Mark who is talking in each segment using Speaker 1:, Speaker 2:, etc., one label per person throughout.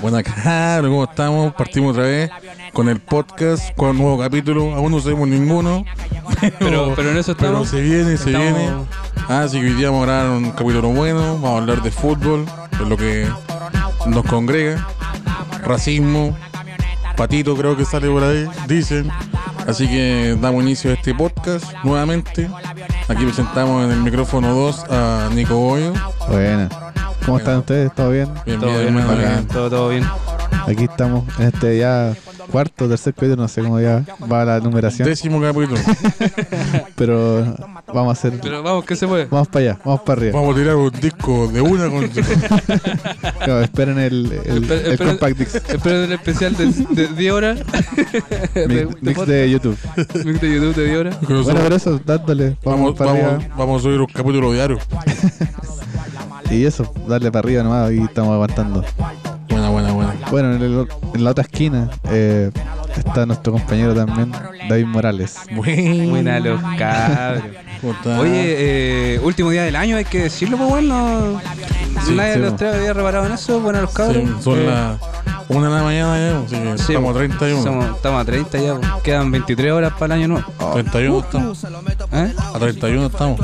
Speaker 1: Buenas, claro, ¿cómo estamos? Partimos otra vez con el podcast, con un nuevo capítulo. Aún no sabemos ninguno.
Speaker 2: Pero- pero en eso
Speaker 1: Pero
Speaker 2: estamos.
Speaker 1: se viene, se
Speaker 2: Estamos-
Speaker 1: viene. Ah, Así que hoy día vamos a grabar un capítulo bueno. Vamos a hablar de fútbol, de lo que nos congrega. Racismo. Patito creo que sale por ahí, dicen. Así que damos inicio a este podcast nuevamente. Aquí presentamos en el micrófono 2 a Nico Boyo.
Speaker 3: Buena. ¿Cómo están ustedes? ¿Todo bien?
Speaker 1: Bien,
Speaker 2: Todo bien,
Speaker 1: hermano,
Speaker 2: hermano,
Speaker 3: bien.
Speaker 2: todo, todo bien.
Speaker 3: Aquí estamos en este ya cuarto, tercer capítulo, no sé cómo ya va la numeración,
Speaker 1: Décimo capítulo.
Speaker 3: pero vamos a hacer,
Speaker 2: Pero vamos, ¿qué se puede?
Speaker 3: vamos para allá, vamos para arriba.
Speaker 1: Vamos a tirar un disco de una con
Speaker 3: No, esperen el, el,
Speaker 2: Espera-
Speaker 3: el
Speaker 2: espera-
Speaker 3: compact disc,
Speaker 2: Espero el especial de de 10 horas. de,
Speaker 3: mi- mix de YouTube.
Speaker 2: podcast, mix de YouTube de 10 horas.
Speaker 1: con nosotros.
Speaker 3: Bueno, pero eso, dándole,
Speaker 1: Vamos,
Speaker 3: vamos, para
Speaker 1: vamos,
Speaker 3: arriba.
Speaker 1: vamos a subir un capítulo diario.
Speaker 3: Y eso, darle para arriba nomás y estamos aguantando.
Speaker 1: Buena, buena, buena.
Speaker 3: Bueno, en, el- en la otra esquina eh, está nuestro compañero también, David Morales.
Speaker 2: Buena los cabros.
Speaker 1: Ah.
Speaker 2: Oye, eh, último día del año, hay que decirlo, pues bueno.
Speaker 3: Sí,
Speaker 2: Nadie
Speaker 3: sí,
Speaker 2: de los
Speaker 3: po.
Speaker 2: tres había reparado en eso. Bueno, los cabros.
Speaker 1: Sí, son
Speaker 2: eh,
Speaker 1: las una de la mañana ya, así que
Speaker 2: sí,
Speaker 1: estamos a
Speaker 2: po.
Speaker 1: 31.
Speaker 2: somos- estamos a 30 ya, po. quedan 23 horas para el año nuevo.
Speaker 1: 31 estamos.
Speaker 2: ¿Eh?
Speaker 1: A 31 estamos.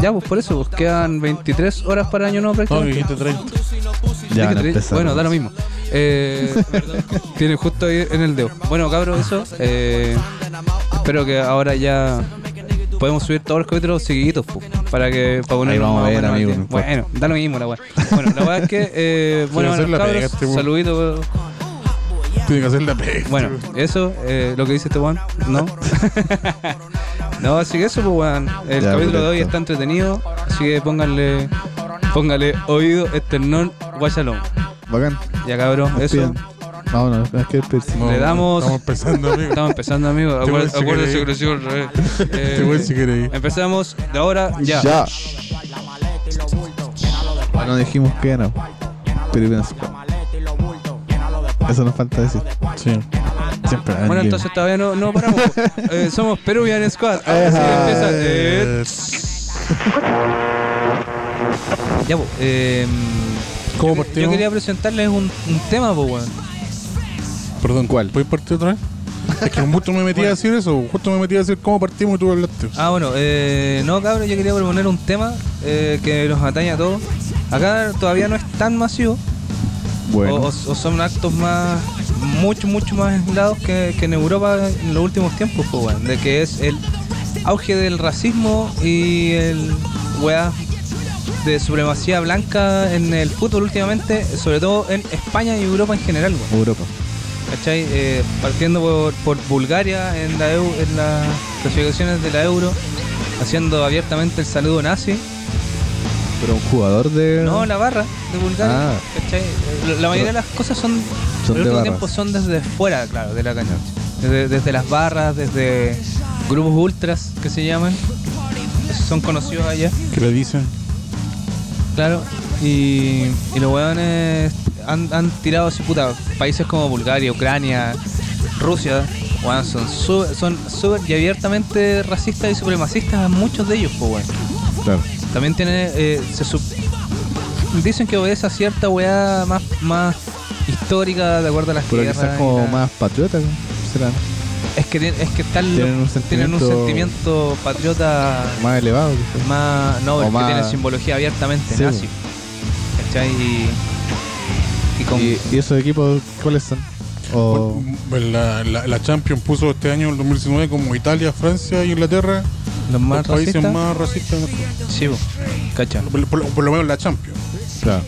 Speaker 2: Ya, pues por eso, pues quedan 23 horas para el año nuevo
Speaker 1: No,
Speaker 2: prácticamente.
Speaker 1: dijiste 30.
Speaker 3: Ya
Speaker 2: Dije
Speaker 3: van a
Speaker 2: tres-
Speaker 3: empezar.
Speaker 2: Bueno, da lo mismo. Eh, tiene justo ahí en el dedo. Bueno, cabros, eso. eh, espero que ahora ya podemos subir todos los capítulos seguiditos, po, para que para ponernos
Speaker 3: vamos a
Speaker 2: más o
Speaker 3: ver,
Speaker 2: menos al
Speaker 3: amigo,
Speaker 2: día.
Speaker 3: no importa.
Speaker 2: Bueno, da lo mismo la weá. Bueno, la weá es que eh, bueno,
Speaker 1: hacer
Speaker 2: bueno,
Speaker 1: la pega
Speaker 2: cabros,
Speaker 1: este weón.
Speaker 2: saludito.
Speaker 1: Tiene que hacer la pega.
Speaker 2: Bueno, eso, eh, lo que dice este weón, ¿no? no, así que eso, pues weón. El
Speaker 3: Ya,
Speaker 2: capítulo de hoy
Speaker 3: perfecto.
Speaker 2: está entretenido, así que pónganle, póngale oído, esternón, guayalón.
Speaker 3: Bacán.
Speaker 2: Ya cabrón, eso.
Speaker 3: Despidan. Vámonos, es que despedirse.
Speaker 1: No,
Speaker 2: le damos-
Speaker 1: Estamos empezando, amigo.
Speaker 2: Estamos empezando, amigo.
Speaker 1: Te voy a
Speaker 2: Acuérdate
Speaker 1: decir
Speaker 2: acuérdate
Speaker 1: que
Speaker 2: que lo hicimos al revés. Eh,
Speaker 1: Te voy Este si quieres ir.
Speaker 2: Empezamos de ahora ya.
Speaker 3: Ya. Ah, No dijimos que no. Pero bien, Eso nos falta decir.
Speaker 1: Sí.
Speaker 3: Siempre.
Speaker 2: Bueno, entonces todavía no, no paramos. Eh, somos Peruvian Squad. Ahora sí
Speaker 3: Ajá.
Speaker 2: empieza. Eh, ya, po. Eh,
Speaker 1: ¿Cómo
Speaker 2: yo-
Speaker 1: partimos?
Speaker 2: Yo quería presentarles un, un tema, po, weón.
Speaker 1: Perdón, ¿cuál? ¿Puedes partir otra vez? Es que justo me metí a decir eso. Justo me metí a decir cómo partimos y tú hablaste.
Speaker 2: Ah, bueno, eh, no, cabrón, yo quería proponer un tema eh, que nos atañe a todos. Acá todavía no es tan masivo,
Speaker 3: Bueno,
Speaker 2: O, o- o son actos más, mucho, mucho más aislados que, que en Europa en los últimos tiempos, pues, weón, de que es el auge del racismo y el weá de supremacía blanca en el fútbol últimamente, sobre todo en España y Europa en general, weón,
Speaker 3: Europa.
Speaker 2: ¿cachai? Eh, partiendo por, por Bulgaria en, la eu- en las clasificaciones de la Euro, haciendo abiertamente el saludo nazi,
Speaker 3: Pero un jugador de.
Speaker 2: no la barra de Bulgaria,
Speaker 3: Ah.
Speaker 2: ¿cachai? Eh, La mayoría de las cosas son
Speaker 3: Son
Speaker 2: el
Speaker 3: de
Speaker 2: último
Speaker 3: barras.
Speaker 2: tiempo son desde fuera, claro, de la cancha. Desde, desde las barras, desde grupos ultras que se llaman. que Son conocidos allá,
Speaker 1: ¿Qué le dicen?
Speaker 2: claro. Y, y los hueones han, han tirado así, puta, países como Bulgaria, Ucrania, Rusia. Hueón, son súper son súper y abiertamente racistas y supremacistas, muchos de ellos, pues, hueón.
Speaker 3: Claro.
Speaker 2: También tiene. eh, se sup- dicen que obedece a cierta weá más, más histórica de acuerdo a las
Speaker 3: Pero
Speaker 2: tierras
Speaker 3: quizás
Speaker 2: y
Speaker 3: como
Speaker 2: la-
Speaker 3: más patriota. ¿no? Será
Speaker 2: Es que, tien- es que están
Speaker 3: Tienen un
Speaker 2: los- tienen un
Speaker 3: sentimiento-
Speaker 2: sentimiento patriota
Speaker 3: más elevado. quizás.
Speaker 2: más. No,
Speaker 3: O
Speaker 2: porque
Speaker 3: más-
Speaker 2: tienen simbología abiertamente
Speaker 3: Sí,
Speaker 2: nazi. ¿Cachai? Y. y con-
Speaker 3: ¿Y, y esos equipos cuáles son? O.
Speaker 1: Pues, La, la, la Champions puso este año, el 2019, como Italia, Francia y Inglaterra.
Speaker 2: los más
Speaker 1: los países
Speaker 2: racistas.
Speaker 1: más racistas.
Speaker 2: Sí, po. ¿cachai?
Speaker 1: Por, por- por lo menos la Champions.
Speaker 3: Claro.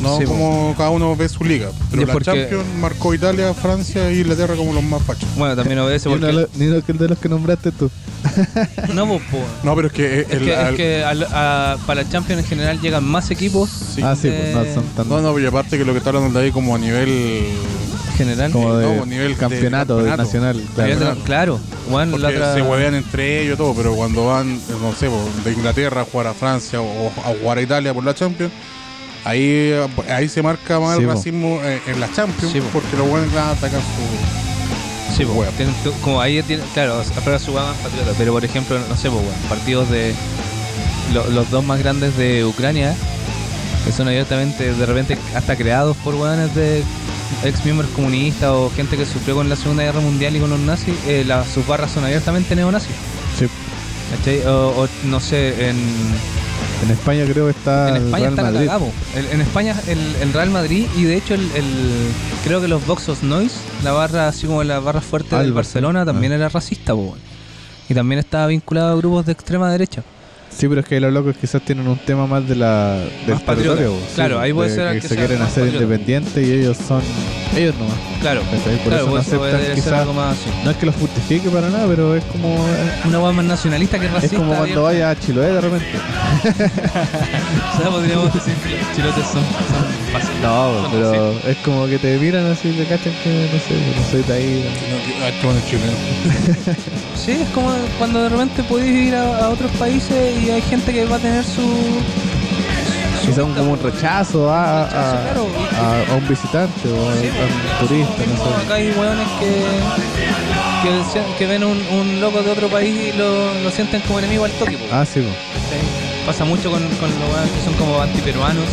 Speaker 1: No
Speaker 2: Sí, po.
Speaker 1: como cada uno ve su liga. Pero
Speaker 2: Ya,
Speaker 1: la
Speaker 2: porque-
Speaker 1: Champions marcó Italia, Francia e Inglaterra como los más fachos.
Speaker 2: Bueno, también obedece
Speaker 3: Ni uno
Speaker 2: porque.
Speaker 3: de los- Ni uno que- de los que nombraste tú.
Speaker 2: No, pues, po.
Speaker 1: No, pero es que, eh,
Speaker 2: Es
Speaker 1: el-
Speaker 2: que, es
Speaker 1: al-
Speaker 2: que al- a- para el Champions en general llegan más equipos
Speaker 1: Sí.
Speaker 3: Ah, sí, pues
Speaker 2: Eh,
Speaker 3: no son tan.
Speaker 1: No, no, pero aparte que lo que está hablando de ahí como a nivel...
Speaker 2: en general.
Speaker 3: como
Speaker 1: no,
Speaker 3: de
Speaker 1: a nivel de
Speaker 3: campeonato,
Speaker 1: campeonato.
Speaker 3: nacional.
Speaker 2: Había
Speaker 3: Claro.
Speaker 2: otra- claro. Juan, la
Speaker 1: Porque
Speaker 2: otra-
Speaker 1: se huevean entre ellos y todo, pero cuando van, eh, no sé, po, de Inglaterra a jugar a Francia o a jugar a Italia por la Champions, ahí, eh, ahí se marca más
Speaker 3: Sí,
Speaker 1: el
Speaker 3: po.
Speaker 1: racismo eh, en la Champions
Speaker 2: Sí, po.
Speaker 1: porque los buenos atacan su...
Speaker 2: Sí, pues,
Speaker 1: Wea.
Speaker 2: tienen tu- como ahí tienen, claro, afuera su más patriota, pero por ejemplo, no sé, pues, weón, partidos de lo- los dos más grandes de Ucrania, que son abiertamente, de repente, hasta creados por weones de ex miembros comunistas o gente que sufrió con la Segunda Guerra Mundial y con los nazis, eh, las- sus barras son abiertamente neonazis.
Speaker 3: Sí.
Speaker 2: ¿Cachai? O, o, no sé, en,
Speaker 3: En España creo que está
Speaker 2: en
Speaker 3: el
Speaker 2: España
Speaker 3: Real
Speaker 2: está
Speaker 3: Madrid.
Speaker 2: cagado. El- en España el, el Real Madrid y de hecho el, el- creo que los Voxos Noise, la barra así como la barra fuerte
Speaker 3: Ah,
Speaker 2: del
Speaker 3: el
Speaker 2: Barcelona,
Speaker 3: Barcelona.
Speaker 2: también era racista, po, weón. y también estaba vinculado a grupos de extrema derecha.
Speaker 3: Sí, pero es que los locos quizás tienen un tema más de la, del
Speaker 2: Más patriota.
Speaker 3: territorio. bo, sí,
Speaker 2: Claro, ahí puede
Speaker 3: de
Speaker 2: ser
Speaker 3: que,
Speaker 2: que
Speaker 3: se
Speaker 2: sea
Speaker 3: quieren
Speaker 2: más
Speaker 3: hacer
Speaker 2: patriota.
Speaker 3: independientes y ellos son ellos nomás.
Speaker 2: Claro,
Speaker 3: ¿cachai? Por
Speaker 2: claro,
Speaker 3: eso no
Speaker 2: pues,
Speaker 3: aceptan
Speaker 2: debe ser
Speaker 3: quizás.
Speaker 2: algo más así.
Speaker 3: No es que los justifique para nada, pero es como es,
Speaker 2: Una weá más nacionalista que racista.
Speaker 3: como cuando
Speaker 2: abierta.
Speaker 3: vaya a Chiloé de repente.
Speaker 2: O sea, podríamos decir que los chilotes son, son fáciles.
Speaker 3: No,
Speaker 2: Son
Speaker 3: pero es como que te miran así te cachan que no sé, que no soy de ahí.
Speaker 1: No, que- ah, este bueno es chileno.
Speaker 2: Sí, es como cuando de repente podéis ir a, a otros países y hay gente que va a tener su. su
Speaker 3: Quizás un,
Speaker 2: vista,
Speaker 3: como un rechazo a,
Speaker 2: rechazo,
Speaker 3: a,
Speaker 2: claro.
Speaker 3: a- a un visitante o a,
Speaker 2: Sí,
Speaker 3: a un turista,
Speaker 2: mismo
Speaker 3: no sé.
Speaker 2: Acá hay hueones que, que, se- que ven un, un loco de otro país y lo, lo sienten como enemigo al toque. po.
Speaker 3: Ah, sí, bo.
Speaker 2: ¿cachai? Pasa mucho con, con los hueones que son como antiperuanos.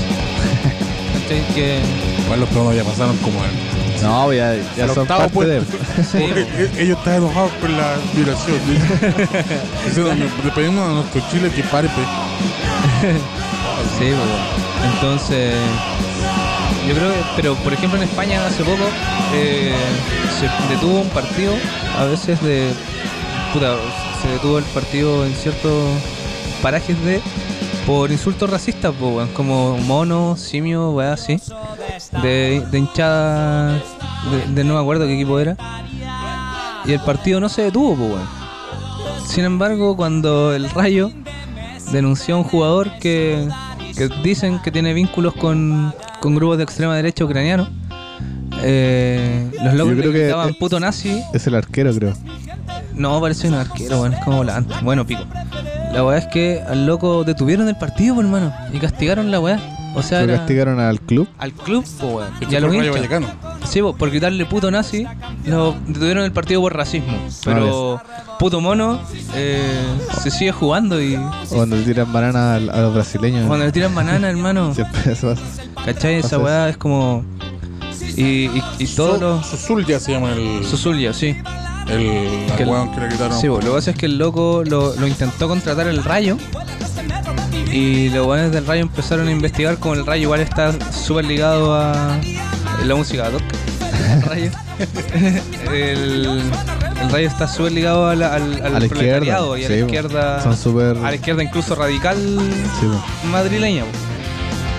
Speaker 2: ¿cachai? que,
Speaker 1: Igual los peruanos ya pasaron como el.
Speaker 3: No, bo, ya, ya
Speaker 1: el
Speaker 3: son
Speaker 1: octavo
Speaker 3: parte de.
Speaker 1: puesto.
Speaker 2: Sí,
Speaker 1: Porque e- ellos están enojados con la violación. Dicen, le pedimos a nuestro Chile que pare. pe".
Speaker 2: Sí, pues, bueno. entonces yo creo que, pero por ejemplo en España hace poco eh, se detuvo un partido, a veces de, puta, se detuvo el partido en ciertos parajes de, por insultos racistas, pues, weón, como mono, simio, weá, así, de, de hinchada, de, de no me acuerdo qué equipo era, y el partido no se detuvo, pues, weón. Sin embargo, cuando el Rayo denunció a un jugador que, que dicen que tiene vínculos con, con grupos de extrema derecha ucraniano, eh, los locos
Speaker 3: Yo creo
Speaker 2: le
Speaker 3: que-
Speaker 2: gritaban puto nazi
Speaker 3: Es el arquero, creo.
Speaker 2: no, parece un arquero, bueno, es como volante. Bueno, pico. La weá es que al loco detuvieron el partido, po, hermano, y castigaron la weá. O sea,
Speaker 3: Lo
Speaker 2: era
Speaker 3: castigaron al club.
Speaker 2: al club, po, weón.
Speaker 1: Este
Speaker 2: Y
Speaker 1: fue
Speaker 2: a los
Speaker 1: el Rayo
Speaker 2: hinchas.
Speaker 1: Vallecano.
Speaker 2: Sí, po, por gritarle puto nazi, lo detuvieron el partido por racismo.
Speaker 3: Ah,
Speaker 2: Pero puto mono eh, se sigue jugando y
Speaker 3: Cuando le tiran banana al- a los brasileños.
Speaker 2: cuando le tiran banana, hermano,
Speaker 3: Siempre eso pasa.
Speaker 2: ¿cachai? Esa weá es como. Y, y, y todos los.
Speaker 1: Susul ya se llama el.
Speaker 2: Suzulia, sí.
Speaker 1: El
Speaker 2: Que el-
Speaker 1: weón que le quitaron.
Speaker 2: Sí, po, lo que pasa es que el loco lo, lo intentó contratar el Rayo y los buenos del Rayo empezaron a investigar como el Rayo igual está súper ligado a la música doc. El Rayo, el, el Rayo está súper ligado a la- al, al
Speaker 3: a la izquierda.
Speaker 2: proletariado y a la
Speaker 3: sí, po.
Speaker 2: izquierda
Speaker 3: Son súper.
Speaker 2: a la izquierda incluso radical
Speaker 3: Sí, po.
Speaker 2: madrileña. po.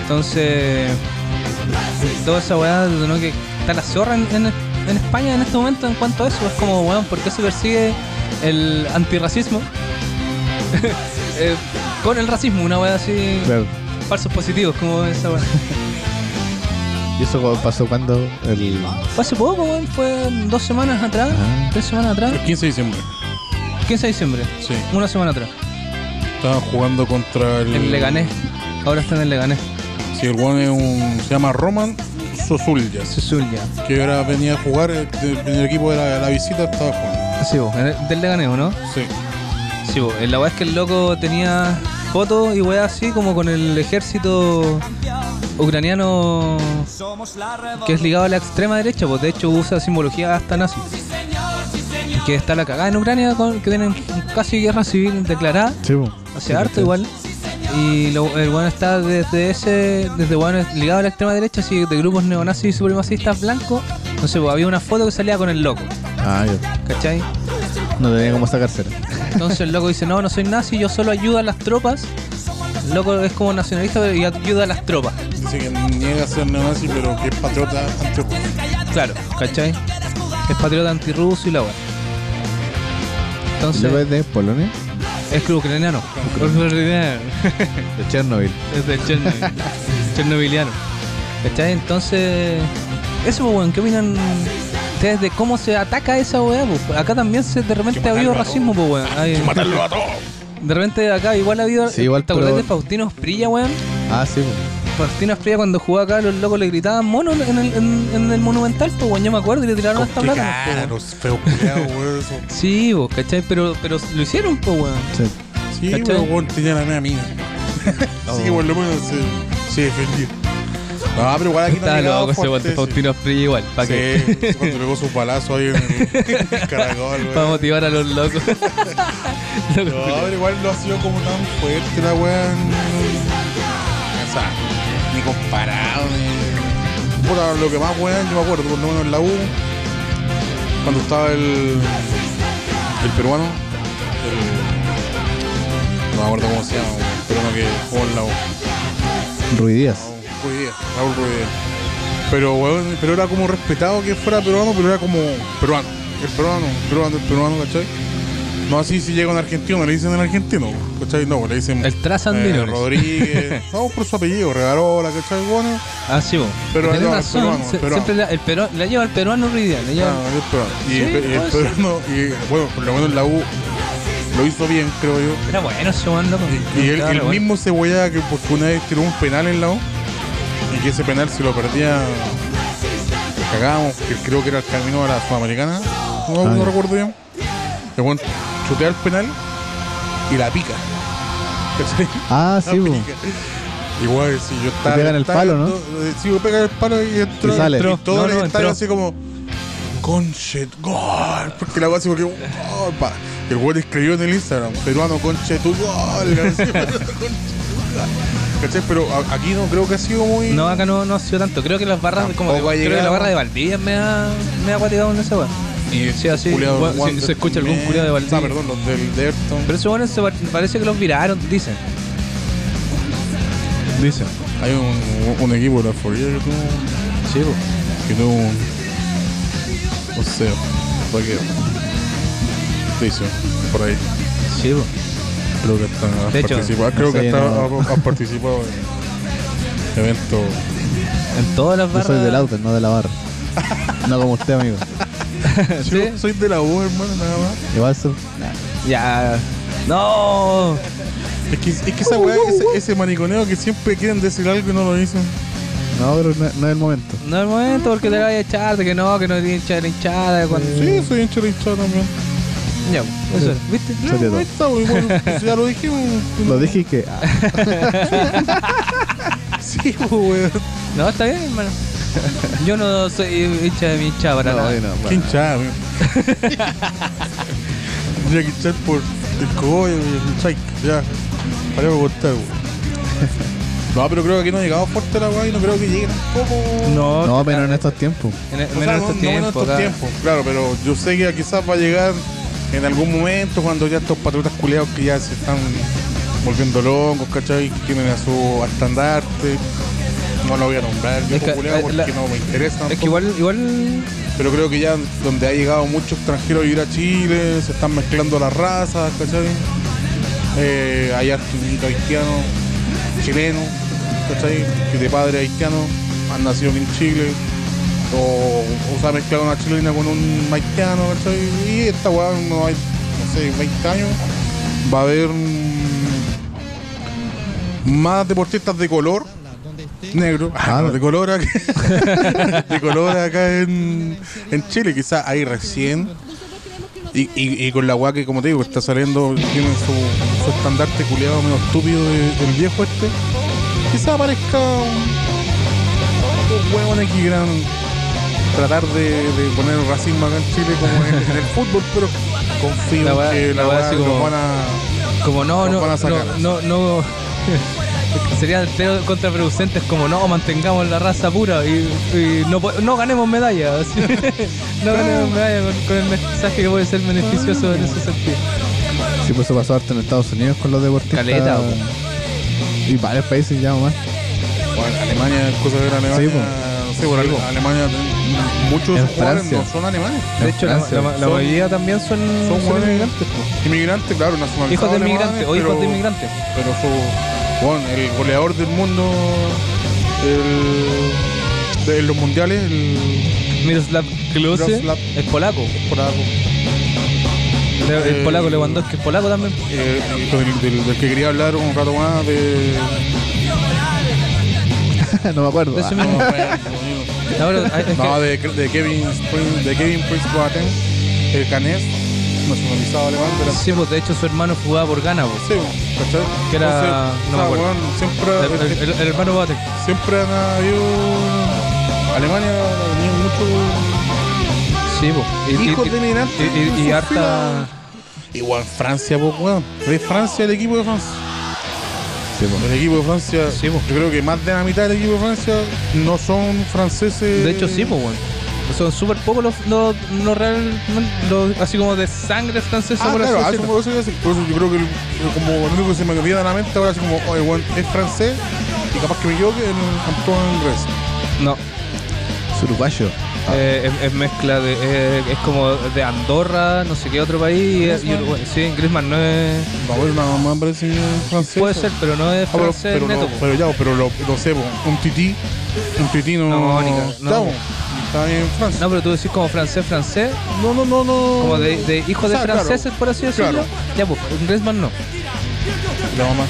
Speaker 2: Entonces, toda esa weá ¿no? que está la zorra en, en- en España en este momento en cuanto a eso. Es como, weón, ¿por qué se persigue el antirracismo? Eh, con el racismo, una weá así,
Speaker 3: Claro.
Speaker 2: falsos positivos, como esa weá.
Speaker 3: ¿Y eso cu- pasó cuando? El...
Speaker 2: Fue hace poco, weón, fue dos semanas atrás,
Speaker 3: Ah.
Speaker 2: tres semanas atrás,
Speaker 1: El 15 de diciembre.
Speaker 2: 15 de diciembre,
Speaker 1: Sí.
Speaker 2: una semana atrás,
Speaker 1: Estaban jugando contra el.
Speaker 3: Mm.
Speaker 2: en Leganés. Ahora está en el Leganés,
Speaker 1: Sí, el weón es un. Se llama Roman Sosulya.
Speaker 2: Suzulia.
Speaker 1: Que ahora venía a jugar. El, el- el equipo de la, la visita estaba jugando.
Speaker 2: Sí, vos, en- del Leganés, ¿o ¿no?
Speaker 1: Sí.
Speaker 2: Sí, po, la weá es que el loco tenía fotos y weá así como con el ejército ucraniano que es ligado a la extrema derecha, pues de hecho usa simbología hasta nazi. Que está la cagada en Ucrania, con- que tienen casi guerra civil declarada,
Speaker 3: Sí, po.
Speaker 2: hace
Speaker 3: Sí,
Speaker 2: harto
Speaker 3: sí.
Speaker 2: igual. Y lo- el weón está desde ese, desde weón ligado a la extrema derecha, así de grupos neonazis y supremacistas blancos. No sé, pues había una foto que salía con el loco,
Speaker 3: Ah, ya.
Speaker 2: ¿cachai?
Speaker 3: No tenía cómo sacársela.
Speaker 2: Entonces el loco dice, no, no soy nazi, yo solo ayudo a las tropas. El loco es como nacionalista pero- y ayuda a las tropas.
Speaker 1: Dice que niega a ser neonazi, pero que es patriota antirruso.
Speaker 2: Claro, ¿cachai? Es patriota antirruso y la weá.
Speaker 3: ¿Y luego
Speaker 2: Entonces,
Speaker 3: es de Polonia?
Speaker 2: es club ucraniano. Ucraniano.
Speaker 3: De Chernobyl.
Speaker 2: Es de Chernobyl. Chernobyliano. ¿Cachai? Entonces, eso, pues, weón, ¿qué opinan ustedes de cómo se ataca esa weá? pues? Acá también se, de repente ha habido
Speaker 1: matarlo a
Speaker 2: racismo, pues, weón. Hay-
Speaker 1: Matarlo a todos.
Speaker 2: De repente acá igual ha habido.
Speaker 3: Sí, igual,
Speaker 2: ¿Te acordás
Speaker 3: pero-
Speaker 2: de Faustino Sprilla, weón?
Speaker 3: Ah, sí. po.
Speaker 2: Faustino Estrella cuando jugaba acá, los locos le gritaban mono en el, en, en el Monumental, pues bueno, yo me acuerdo y le tiraron hasta
Speaker 1: Qué
Speaker 2: plata.
Speaker 1: cara, los feos culiados, weón. eso.
Speaker 2: Sí, vos, ¿cachai? Pero, pero lo hicieron, pues weón.
Speaker 3: Sí.
Speaker 1: Sí,
Speaker 2: ¿Cachai?
Speaker 1: pero weón tenía la media mina. Sí, por lo menos se, así defendido. No, pero igual aquí
Speaker 2: Estaba
Speaker 1: no
Speaker 2: loco ese guante Faustino Free igual, para que
Speaker 1: Sí, sí, cuando pegó su balazo ahí en el, en el caracol, güey.
Speaker 2: para motivar a los locos. Loco,
Speaker 1: No, pero igual no ha sido como tan fuerte la weá. O sea, ni comparado, ni. Puta, lo que más weón, yo me acuerdo, por lo menos en la U, cuando estaba el. el peruano. el- no me acuerdo cómo se llama, weón, el peruano que jugó en la U.
Speaker 3: Ruidías.
Speaker 1: Ruiz Díaz, Raúl Ruiz Díaz. Pero, weón, pero era como respetado que fuera peruano, pero era como peruano. El peruano, el peruano, el peruano, ¿cachai? No así si llega un argentino, le dicen el argentino, ¿cachai? No, le dicen.
Speaker 2: El trasandino.
Speaker 1: eh, Rodríguez. no, por su apellido, Regarola, ¿cachai? Bueno,
Speaker 2: Ah, sí, vos.
Speaker 1: Pero
Speaker 2: Tenés
Speaker 1: no, el
Speaker 2: razón,
Speaker 1: peruano, el
Speaker 2: se-
Speaker 1: peruano.
Speaker 2: siempre la, el peruano, la lleva el peruano Ruidia, le lleva-
Speaker 1: ah, el peruano. Y,
Speaker 2: Sí,
Speaker 1: el,
Speaker 2: pues.
Speaker 1: pe- y el
Speaker 2: puede ser.
Speaker 1: peruano, y, bueno, por lo menos la U lo hizo bien, creo yo.
Speaker 2: Era bueno ese weón, loco.
Speaker 1: Y, y él,
Speaker 2: Estaba
Speaker 1: el
Speaker 2: bueno.
Speaker 1: mismo cebolla que porque una vez tiró un penal en la O y que ese penal se lo perdía cagábamos, que creo que era el camino a la Sudamericana, no,
Speaker 3: Ah,
Speaker 1: no
Speaker 3: ya.
Speaker 1: recuerdo bien. El weón chutea el penal y la pica. ¿Cachai?
Speaker 3: Ah,
Speaker 1: La
Speaker 3: sí, po.
Speaker 1: pica. pues, Igual si yo estaba.
Speaker 3: pega en el palo, ¿no?
Speaker 1: eh, Sí, pega en el palo y entró.
Speaker 3: Y sale.
Speaker 1: Y todos
Speaker 2: No,
Speaker 1: están
Speaker 2: no, entró.
Speaker 1: así como. Conchet, gol. Porque la weá así porque. "Gol", pa. Y el weón escribió en el Instagram, peruano conchet, tu gol. así, ¿Cachai? Pero a- aquí no creo que ha sido muy.
Speaker 2: No, acá no, no ha sido tanto. Creo que las barras, como de-
Speaker 1: Tampoco ha
Speaker 2: creo que
Speaker 1: llegado.
Speaker 2: la barra de Valdivia me ha, me ha guateado en ese weón.
Speaker 1: Y
Speaker 2: Sí, así,
Speaker 1: culiao,
Speaker 2: bueno,
Speaker 1: Juan
Speaker 2: si
Speaker 1: de-
Speaker 2: se escucha algún culiao de Valdivia.
Speaker 1: Ah, perdón, los del de Ayrton.
Speaker 2: Pero esos weones se pa- parece que los viraron, dicen.
Speaker 3: Dicen.
Speaker 1: Hay un, un equipo de la Florida que tuvo.
Speaker 2: Sí, po.
Speaker 1: Que tuvo un. O sea, ¿para qué? Sí, sí, por ahí.
Speaker 2: Sí, po.
Speaker 1: Creo que están has
Speaker 2: De hecho,
Speaker 1: participado. Creo
Speaker 3: no
Speaker 1: que
Speaker 3: sé,
Speaker 1: está-
Speaker 3: no.
Speaker 1: has, has participado en eventos.
Speaker 2: En todas las
Speaker 3: Yo
Speaker 2: barras.
Speaker 3: soy del auto, no de la barra. No como usted, amigo.
Speaker 2: ¿Sí?
Speaker 1: Yo soy de la U, hermano, nada más.
Speaker 3: Igual son-
Speaker 2: Ya. No.
Speaker 1: Es que, es que esa weá, ese, ese mariconeo que siempre quieren decir algo y no lo dicen.
Speaker 3: No, pero no, no es el momento.
Speaker 2: No es el momento porque te la vaya a echar, de que no, que no tiene hinchada la hinchada. Cuando...
Speaker 1: Sí, soy hincha de hincha también.
Speaker 2: Ya, po. eso era. ¿Viste?
Speaker 3: Soy de todo.
Speaker 1: ahí está, weón. Pues ya lo dije. weón.
Speaker 3: Lo dije que. ah,
Speaker 1: Sí, weón.
Speaker 2: No, está bien, hermano. Yo no soy hincha de mi hinchada para
Speaker 3: no,
Speaker 2: nada.
Speaker 3: no,
Speaker 1: Qué
Speaker 3: bueno.
Speaker 1: hinchada, weón. Tendría que hinchar por el cogollo y el chai. Ya, para de contar, weón. No, pero creo que aquí no ha llegado fuerte la weá y no creo que llegue tampoco.
Speaker 2: No,
Speaker 3: No, pero en estos tiempos.
Speaker 2: En, en
Speaker 1: O sea, no-
Speaker 2: menos estos
Speaker 1: no menos
Speaker 2: tiempos.
Speaker 1: estos
Speaker 2: acá.
Speaker 1: tiempos, claro, pero yo sé que quizás va a llegar en algún momento cuando ya estos patriotas culeados que ya se están volviendo locos, ¿cachai? Que tienen a su estandarte. No lo voy a nombrar yo
Speaker 2: Es que,
Speaker 1: culeado
Speaker 2: eh,
Speaker 1: porque
Speaker 2: la-
Speaker 1: no me interesa.
Speaker 2: Es que igual, igual
Speaker 1: Pero creo que ya donde ha llegado mucho extranjero a vivir a Chile, se están mezclando las razas, ¿cachai? Eh, hay artinitos haitianos, chilenos, ¿cachai? Que de padre haitiano han nacido aquí en Chile. O, o se ha mezclado una chilena con un haitiano, ¿cachai? Y esta weá, no hay, no sé, 20 años, va a haber mm, más deportistas de color negro, ah, no, de color acá, de color acá en, en Chile, quizás ahí recién. Y, y, y con la guá que, como te digo, está saliendo, tienen su, su estandarte culiado medio estúpido de- del viejo este. Quizás aparezca un, un huevón aquí que quieran tratar de, de poner racismo acá en Chile como en, en el fútbol, pero confío
Speaker 2: La weá-
Speaker 1: en que la
Speaker 2: la weá
Speaker 1: guá
Speaker 2: así
Speaker 1: lo
Speaker 2: como-
Speaker 1: van a.
Speaker 2: Como no,
Speaker 1: Nos
Speaker 2: no,
Speaker 1: van a
Speaker 2: no,
Speaker 1: sacar.
Speaker 2: no, no. Serían creo, contraproducentes como no, mantengamos la raza pura y, y no, po- no ganemos medallas. así. no ganemos medallas con, con el mensaje que puede ser beneficioso en ese sentido.
Speaker 3: Sí, pues eso pasó harto en Estados Unidos con los deportistas.
Speaker 2: Caleta, po.
Speaker 3: Y varios países ya, más.
Speaker 1: Bueno, Alemania, cosas de Alemania.
Speaker 3: Sí,
Speaker 1: Sí,
Speaker 3: po.
Speaker 1: por
Speaker 2: Sí,
Speaker 1: algo.
Speaker 2: po.
Speaker 1: Alemania, mm, muchos
Speaker 3: En
Speaker 1: jugadores
Speaker 3: Francia.
Speaker 1: no son alemanes.
Speaker 2: De
Speaker 3: En
Speaker 2: hecho, la,
Speaker 3: Francia.
Speaker 2: la- la
Speaker 1: Son-
Speaker 2: mayoría también son,
Speaker 1: Son
Speaker 2: son
Speaker 1: jugadores
Speaker 2: inmigrantes.
Speaker 1: inmigrantes. Inmigrantes, claro, nacionalizados.
Speaker 2: Hijos de
Speaker 1: alemanes,
Speaker 2: inmigrantes o hijos
Speaker 1: pero-
Speaker 2: de inmigrantes.
Speaker 1: Pero su. Bueno, el goleador del mundo. El, de los mundiales, el.
Speaker 2: Miroslav Klose
Speaker 1: Miroslav.
Speaker 2: es polaco.
Speaker 1: Por algo.
Speaker 2: Le- El
Speaker 1: Eh,
Speaker 2: polaco Lewandowski es polaco también.
Speaker 1: eh, del, del- del que quería hablar un rato más de.
Speaker 3: no me acuerdo.
Speaker 2: De ese
Speaker 3: Ah,
Speaker 1: No, pues,
Speaker 2: mismo. Ahora, es que-
Speaker 1: No, de, de Kevin Spring, de Kevin Prince Boateng, el canés, nacionalizado alemán de la
Speaker 2: Sí, pues de hecho su hermano jugaba por Ghana, pues.
Speaker 1: Sí, bo, ¿cachai?
Speaker 2: Que era-
Speaker 1: Entonces, o sea,
Speaker 2: no me acuerdo.
Speaker 1: weón,
Speaker 2: El,
Speaker 1: siempre, eh,
Speaker 2: el- el- el hermano Boateng.
Speaker 1: siempre han habido. Alemania ha tenido mucho.
Speaker 2: Sí, pues. Y- y-
Speaker 1: Hijos
Speaker 2: y-
Speaker 1: de migrantes
Speaker 2: y- y-
Speaker 1: en
Speaker 2: y
Speaker 1: sus
Speaker 2: harta.
Speaker 1: filas. Igual Francia, pues, weón. ¿Ves Francia, el equipo de Francia?
Speaker 3: Sí, po.
Speaker 1: El equipo de Francia,
Speaker 2: Sí, pues. bo.
Speaker 1: yo creo que más de la mitad del equipo de Francia no son franceses.
Speaker 2: De hecho, sí, pues, weón. Son súper pocos los, los, los real- los- así como de sangre francesa,
Speaker 1: Ah,
Speaker 2: por así
Speaker 1: claro, ah,
Speaker 2: decirlo.
Speaker 1: por eso, por eso yo creo que el- como lo único que se me olvida de la mente ahora es como, oye, weón, es francés y capaz que me equivoque en el campeón inglés.
Speaker 2: No,
Speaker 3: Es uruguayo.
Speaker 2: eh, es, es mezcla de. eh, es como de Andorra, no sé qué otro país. y- Y,
Speaker 1: Griezmann.
Speaker 2: Uruguay. Sí, Griezmann no es.
Speaker 1: Va a haber una mamá parece que es francés.
Speaker 2: Puede ser, pero no es
Speaker 1: Ah, pero,
Speaker 2: francés
Speaker 1: pero,
Speaker 2: neto,
Speaker 1: no,
Speaker 2: po.
Speaker 1: pero ya, pero lo, lo sé, po, un tití, un tití no,
Speaker 2: No, ni ca- no.
Speaker 1: está, po, está en Francia.
Speaker 2: No, pero tú decís como francés, francés,
Speaker 1: No, no, no, no.
Speaker 2: como de, de hijo
Speaker 1: O
Speaker 2: de
Speaker 1: sea, claro,
Speaker 2: franceses, por así decirlo.
Speaker 1: claro.
Speaker 2: Ya, pues, Griezmann no.
Speaker 1: La mamá.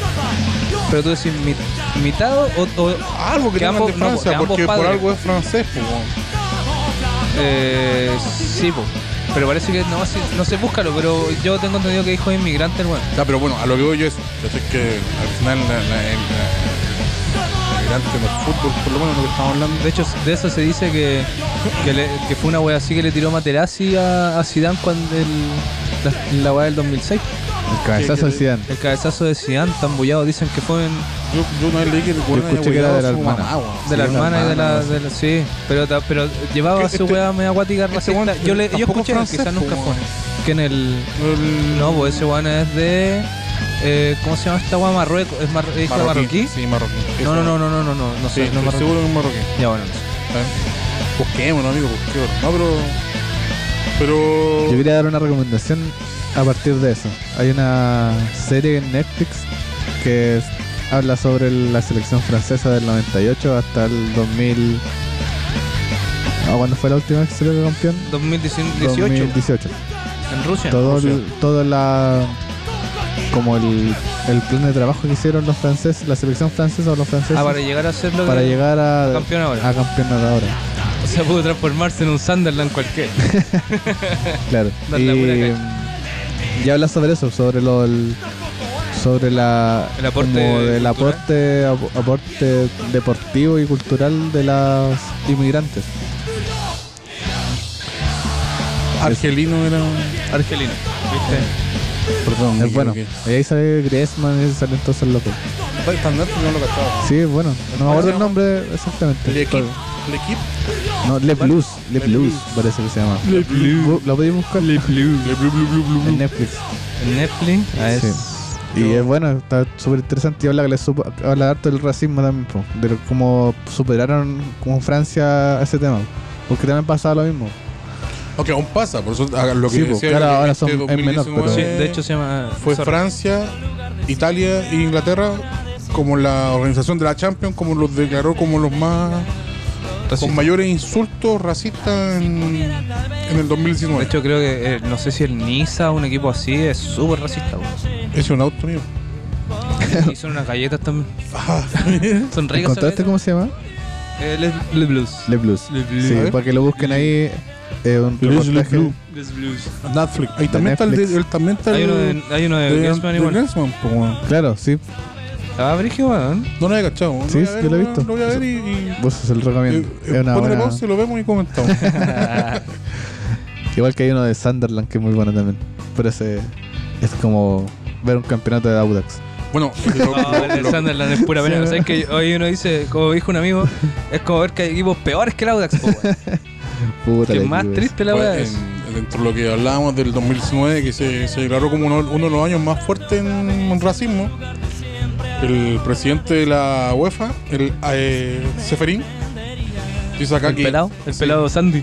Speaker 2: Pero tú decís mi- mitad o, o-
Speaker 1: Algo que,
Speaker 2: Que
Speaker 1: tengan de
Speaker 2: ambos- no,
Speaker 1: Francia,
Speaker 2: que ambos
Speaker 1: porque por
Speaker 2: padres.
Speaker 1: algo es francés, po, weón.
Speaker 2: eh, sí, pues. Pero parece que no, sí, no sé, búscalo, pero yo tengo entendido que hijo de inmigrante, bueno.
Speaker 1: Ya, pero bueno, a lo que voy yo es, yo sé que al final la, la, el- la- el migrante en el fútbol, por lo menos lo que estamos hablando.
Speaker 2: De hecho, de eso se dice que, que, le- que fue una wea así que le tiró Materazzi a, a Zidane cuando el, la, la wea del 2006.
Speaker 3: El cabezazo de Zidane.
Speaker 2: El cabezazo de Zidane, tambullado, dicen que fue en,
Speaker 1: Yo, yo una vez leí que el weón
Speaker 3: escuché que era
Speaker 1: hueveado
Speaker 3: de la
Speaker 1: a su
Speaker 3: hermana.
Speaker 1: mamá, weón.
Speaker 2: De la
Speaker 3: Sí, la
Speaker 2: hermana y de la,
Speaker 3: hermana,
Speaker 2: de la- Sí, pero, ta- pero llevaba
Speaker 1: Que
Speaker 2: a su
Speaker 1: este-
Speaker 2: weá media acuática racista.
Speaker 1: weón
Speaker 2: yo, le, yo
Speaker 1: tampoco
Speaker 2: escuché,
Speaker 1: es francés,
Speaker 2: quizás nunca
Speaker 1: po,
Speaker 2: fue. Que en el.
Speaker 1: El-
Speaker 2: No, pues ese weón es de. eh, ¿Cómo se llama esta weá? Marruecos. ¿Es mar- hija marroquí?
Speaker 1: Sí, marroquí.
Speaker 2: No, no, no, no, no, no, no, no
Speaker 1: Sí,
Speaker 2: sé, no es
Speaker 1: estoy
Speaker 2: marroquí.
Speaker 1: seguro que es marroquí.
Speaker 2: Ya bueno, no sé.
Speaker 1: Busquémonos, amigo, busquémonos. No, pero. Pero.
Speaker 3: Yo quería dar una recomendación a partir de eso. Hay una serie en Netflix que es- habla sobre el- la selección francesa del 98 hasta el 2000. Ah, ¿Cuándo fue la última vez que salió campeón?
Speaker 2: 2018,
Speaker 3: 2018.
Speaker 2: en Rusia.
Speaker 3: Todo, el-
Speaker 1: Rusia.
Speaker 3: todo la. Como el, el plan de trabajo que hicieron los franceses, la selección francesa o los franceses.
Speaker 2: Ah, para llegar a ser lo que.
Speaker 3: para llegar a,
Speaker 2: a campeón ahora.
Speaker 3: a campeón ahora.
Speaker 2: O sea, pudo transformarse en un Sunderland cualquiera.
Speaker 3: Claro.
Speaker 2: Dar la pura
Speaker 3: Y, y habla sobre eso, sobre lo el- sobre la
Speaker 2: El aporte
Speaker 3: como del
Speaker 2: cultural.
Speaker 3: aporte ap- aporte deportivo y cultural de las inmigrantes.
Speaker 1: Argelino era.
Speaker 2: Argelino. ¿Viste?
Speaker 1: Perdón,
Speaker 3: Es bueno. Y ahí sale Griezmann y sale entonces loco.
Speaker 1: Tan dentro no lo cachaba.
Speaker 3: Sí, es bueno. No me acuerdo el nombre exactamente.
Speaker 1: El equipo. El equipo.
Speaker 3: No, Le Blues, Le
Speaker 1: Le
Speaker 3: Blues
Speaker 1: Blues.
Speaker 3: parece que se llama. Bu- ¿Lo podéis buscar? En Netflix.
Speaker 2: En Netflix. Ah, es.
Speaker 3: Sí. Y es bueno, está súper interesante y habla, que le supo- habla harto del racismo también, po, de lo- cómo superaron como Francia ese tema. Porque también pasaba lo mismo.
Speaker 1: Ok, aún pasa, por eso ah, lo que
Speaker 3: Sí, po,
Speaker 1: decía
Speaker 3: claro,
Speaker 1: que
Speaker 3: ahora
Speaker 1: este
Speaker 3: son- es menor,
Speaker 1: 2019
Speaker 3: pero-
Speaker 2: Sí, de hecho se llama.
Speaker 1: fue
Speaker 2: sorry.
Speaker 1: Francia, Italia e Inglaterra como la organización de la Champions como los declaró como los más
Speaker 2: Racista.
Speaker 1: con mayores insultos racistas en, en el 2019.
Speaker 2: De hecho, creo que eh, no sé si el Niza o un equipo así es súper racista. weón.
Speaker 1: ese es un auto mío.
Speaker 2: Y son unas galletas también.
Speaker 1: Ah,
Speaker 2: Son ricas.
Speaker 3: ¿Encontraste
Speaker 2: como
Speaker 3: cómo se llama?
Speaker 2: Les, les Blues.
Speaker 3: Le Blues.
Speaker 2: Le Blues.
Speaker 3: Sí,
Speaker 1: A ver.
Speaker 3: para que lo busquen ahí. eh, un
Speaker 1: Le Blues, Le
Speaker 3: reportaje.
Speaker 1: Blues.
Speaker 2: Les Blues.
Speaker 1: Netflix. Ahí también está el,
Speaker 3: Netflix.
Speaker 1: de- el- también está
Speaker 2: Hay
Speaker 1: el
Speaker 2: uno de, hay uno de,
Speaker 1: de-
Speaker 2: Griezmann
Speaker 1: de
Speaker 2: igual.
Speaker 1: Griezmann, po, weón.
Speaker 3: Claro, sí.
Speaker 2: Ah, Brigio, weón.
Speaker 1: No lo había cachado. weón.
Speaker 3: Sí,
Speaker 1: voy a
Speaker 3: yo lo he
Speaker 1: weón,
Speaker 3: visto.
Speaker 1: Lo voy a ver y. y-
Speaker 3: Vos se lo recomiendo.
Speaker 1: eh,
Speaker 3: es
Speaker 1: eh,
Speaker 3: una
Speaker 1: ponele
Speaker 3: buena-
Speaker 1: pausa y lo vemos y comentamos.
Speaker 3: Igual que hay uno de Sunderland que es muy bueno también. Pero ese es como ver un campeonato de Audax.
Speaker 1: bueno, lo-
Speaker 3: Ah,
Speaker 2: No,
Speaker 1: lo-
Speaker 2: el
Speaker 1: lo-
Speaker 2: Sunderland es pura pena.
Speaker 3: Sí.
Speaker 2: ¿Sabes que hoy uno dice, como dijo un amigo, es como ver que hay equipos peores que el Audax, po, weón.
Speaker 3: Puta
Speaker 2: Que
Speaker 3: la
Speaker 2: más
Speaker 3: equipo
Speaker 2: triste la
Speaker 1: Pues,
Speaker 2: weá es.
Speaker 1: en- dentro de lo que hablábamos del 2019, que se, se declaró como uno, uno de los años más fuertes en, en racismo, el presidente de la UEFA, el eh, Seferín, dice acá
Speaker 2: El
Speaker 1: que,
Speaker 2: pelado, el
Speaker 1: sí,
Speaker 2: pelado Sandy.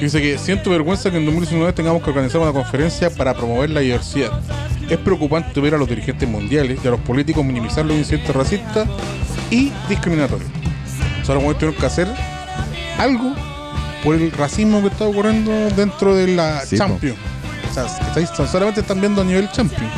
Speaker 1: dice que siento vergüenza que en 2019 tengamos que organizar una conferencia para promover la diversidad. Es preocupante ver a los dirigentes mundiales y a los políticos minimizar los incidentes racistas y discriminatorios. O sea, los hueones tuvieron que hacer algo por el racismo que está ocurriendo dentro de la
Speaker 3: Sí, po.
Speaker 1: Champions. O sea, ¿cachai? Son- solamente están viendo a nivel Champions.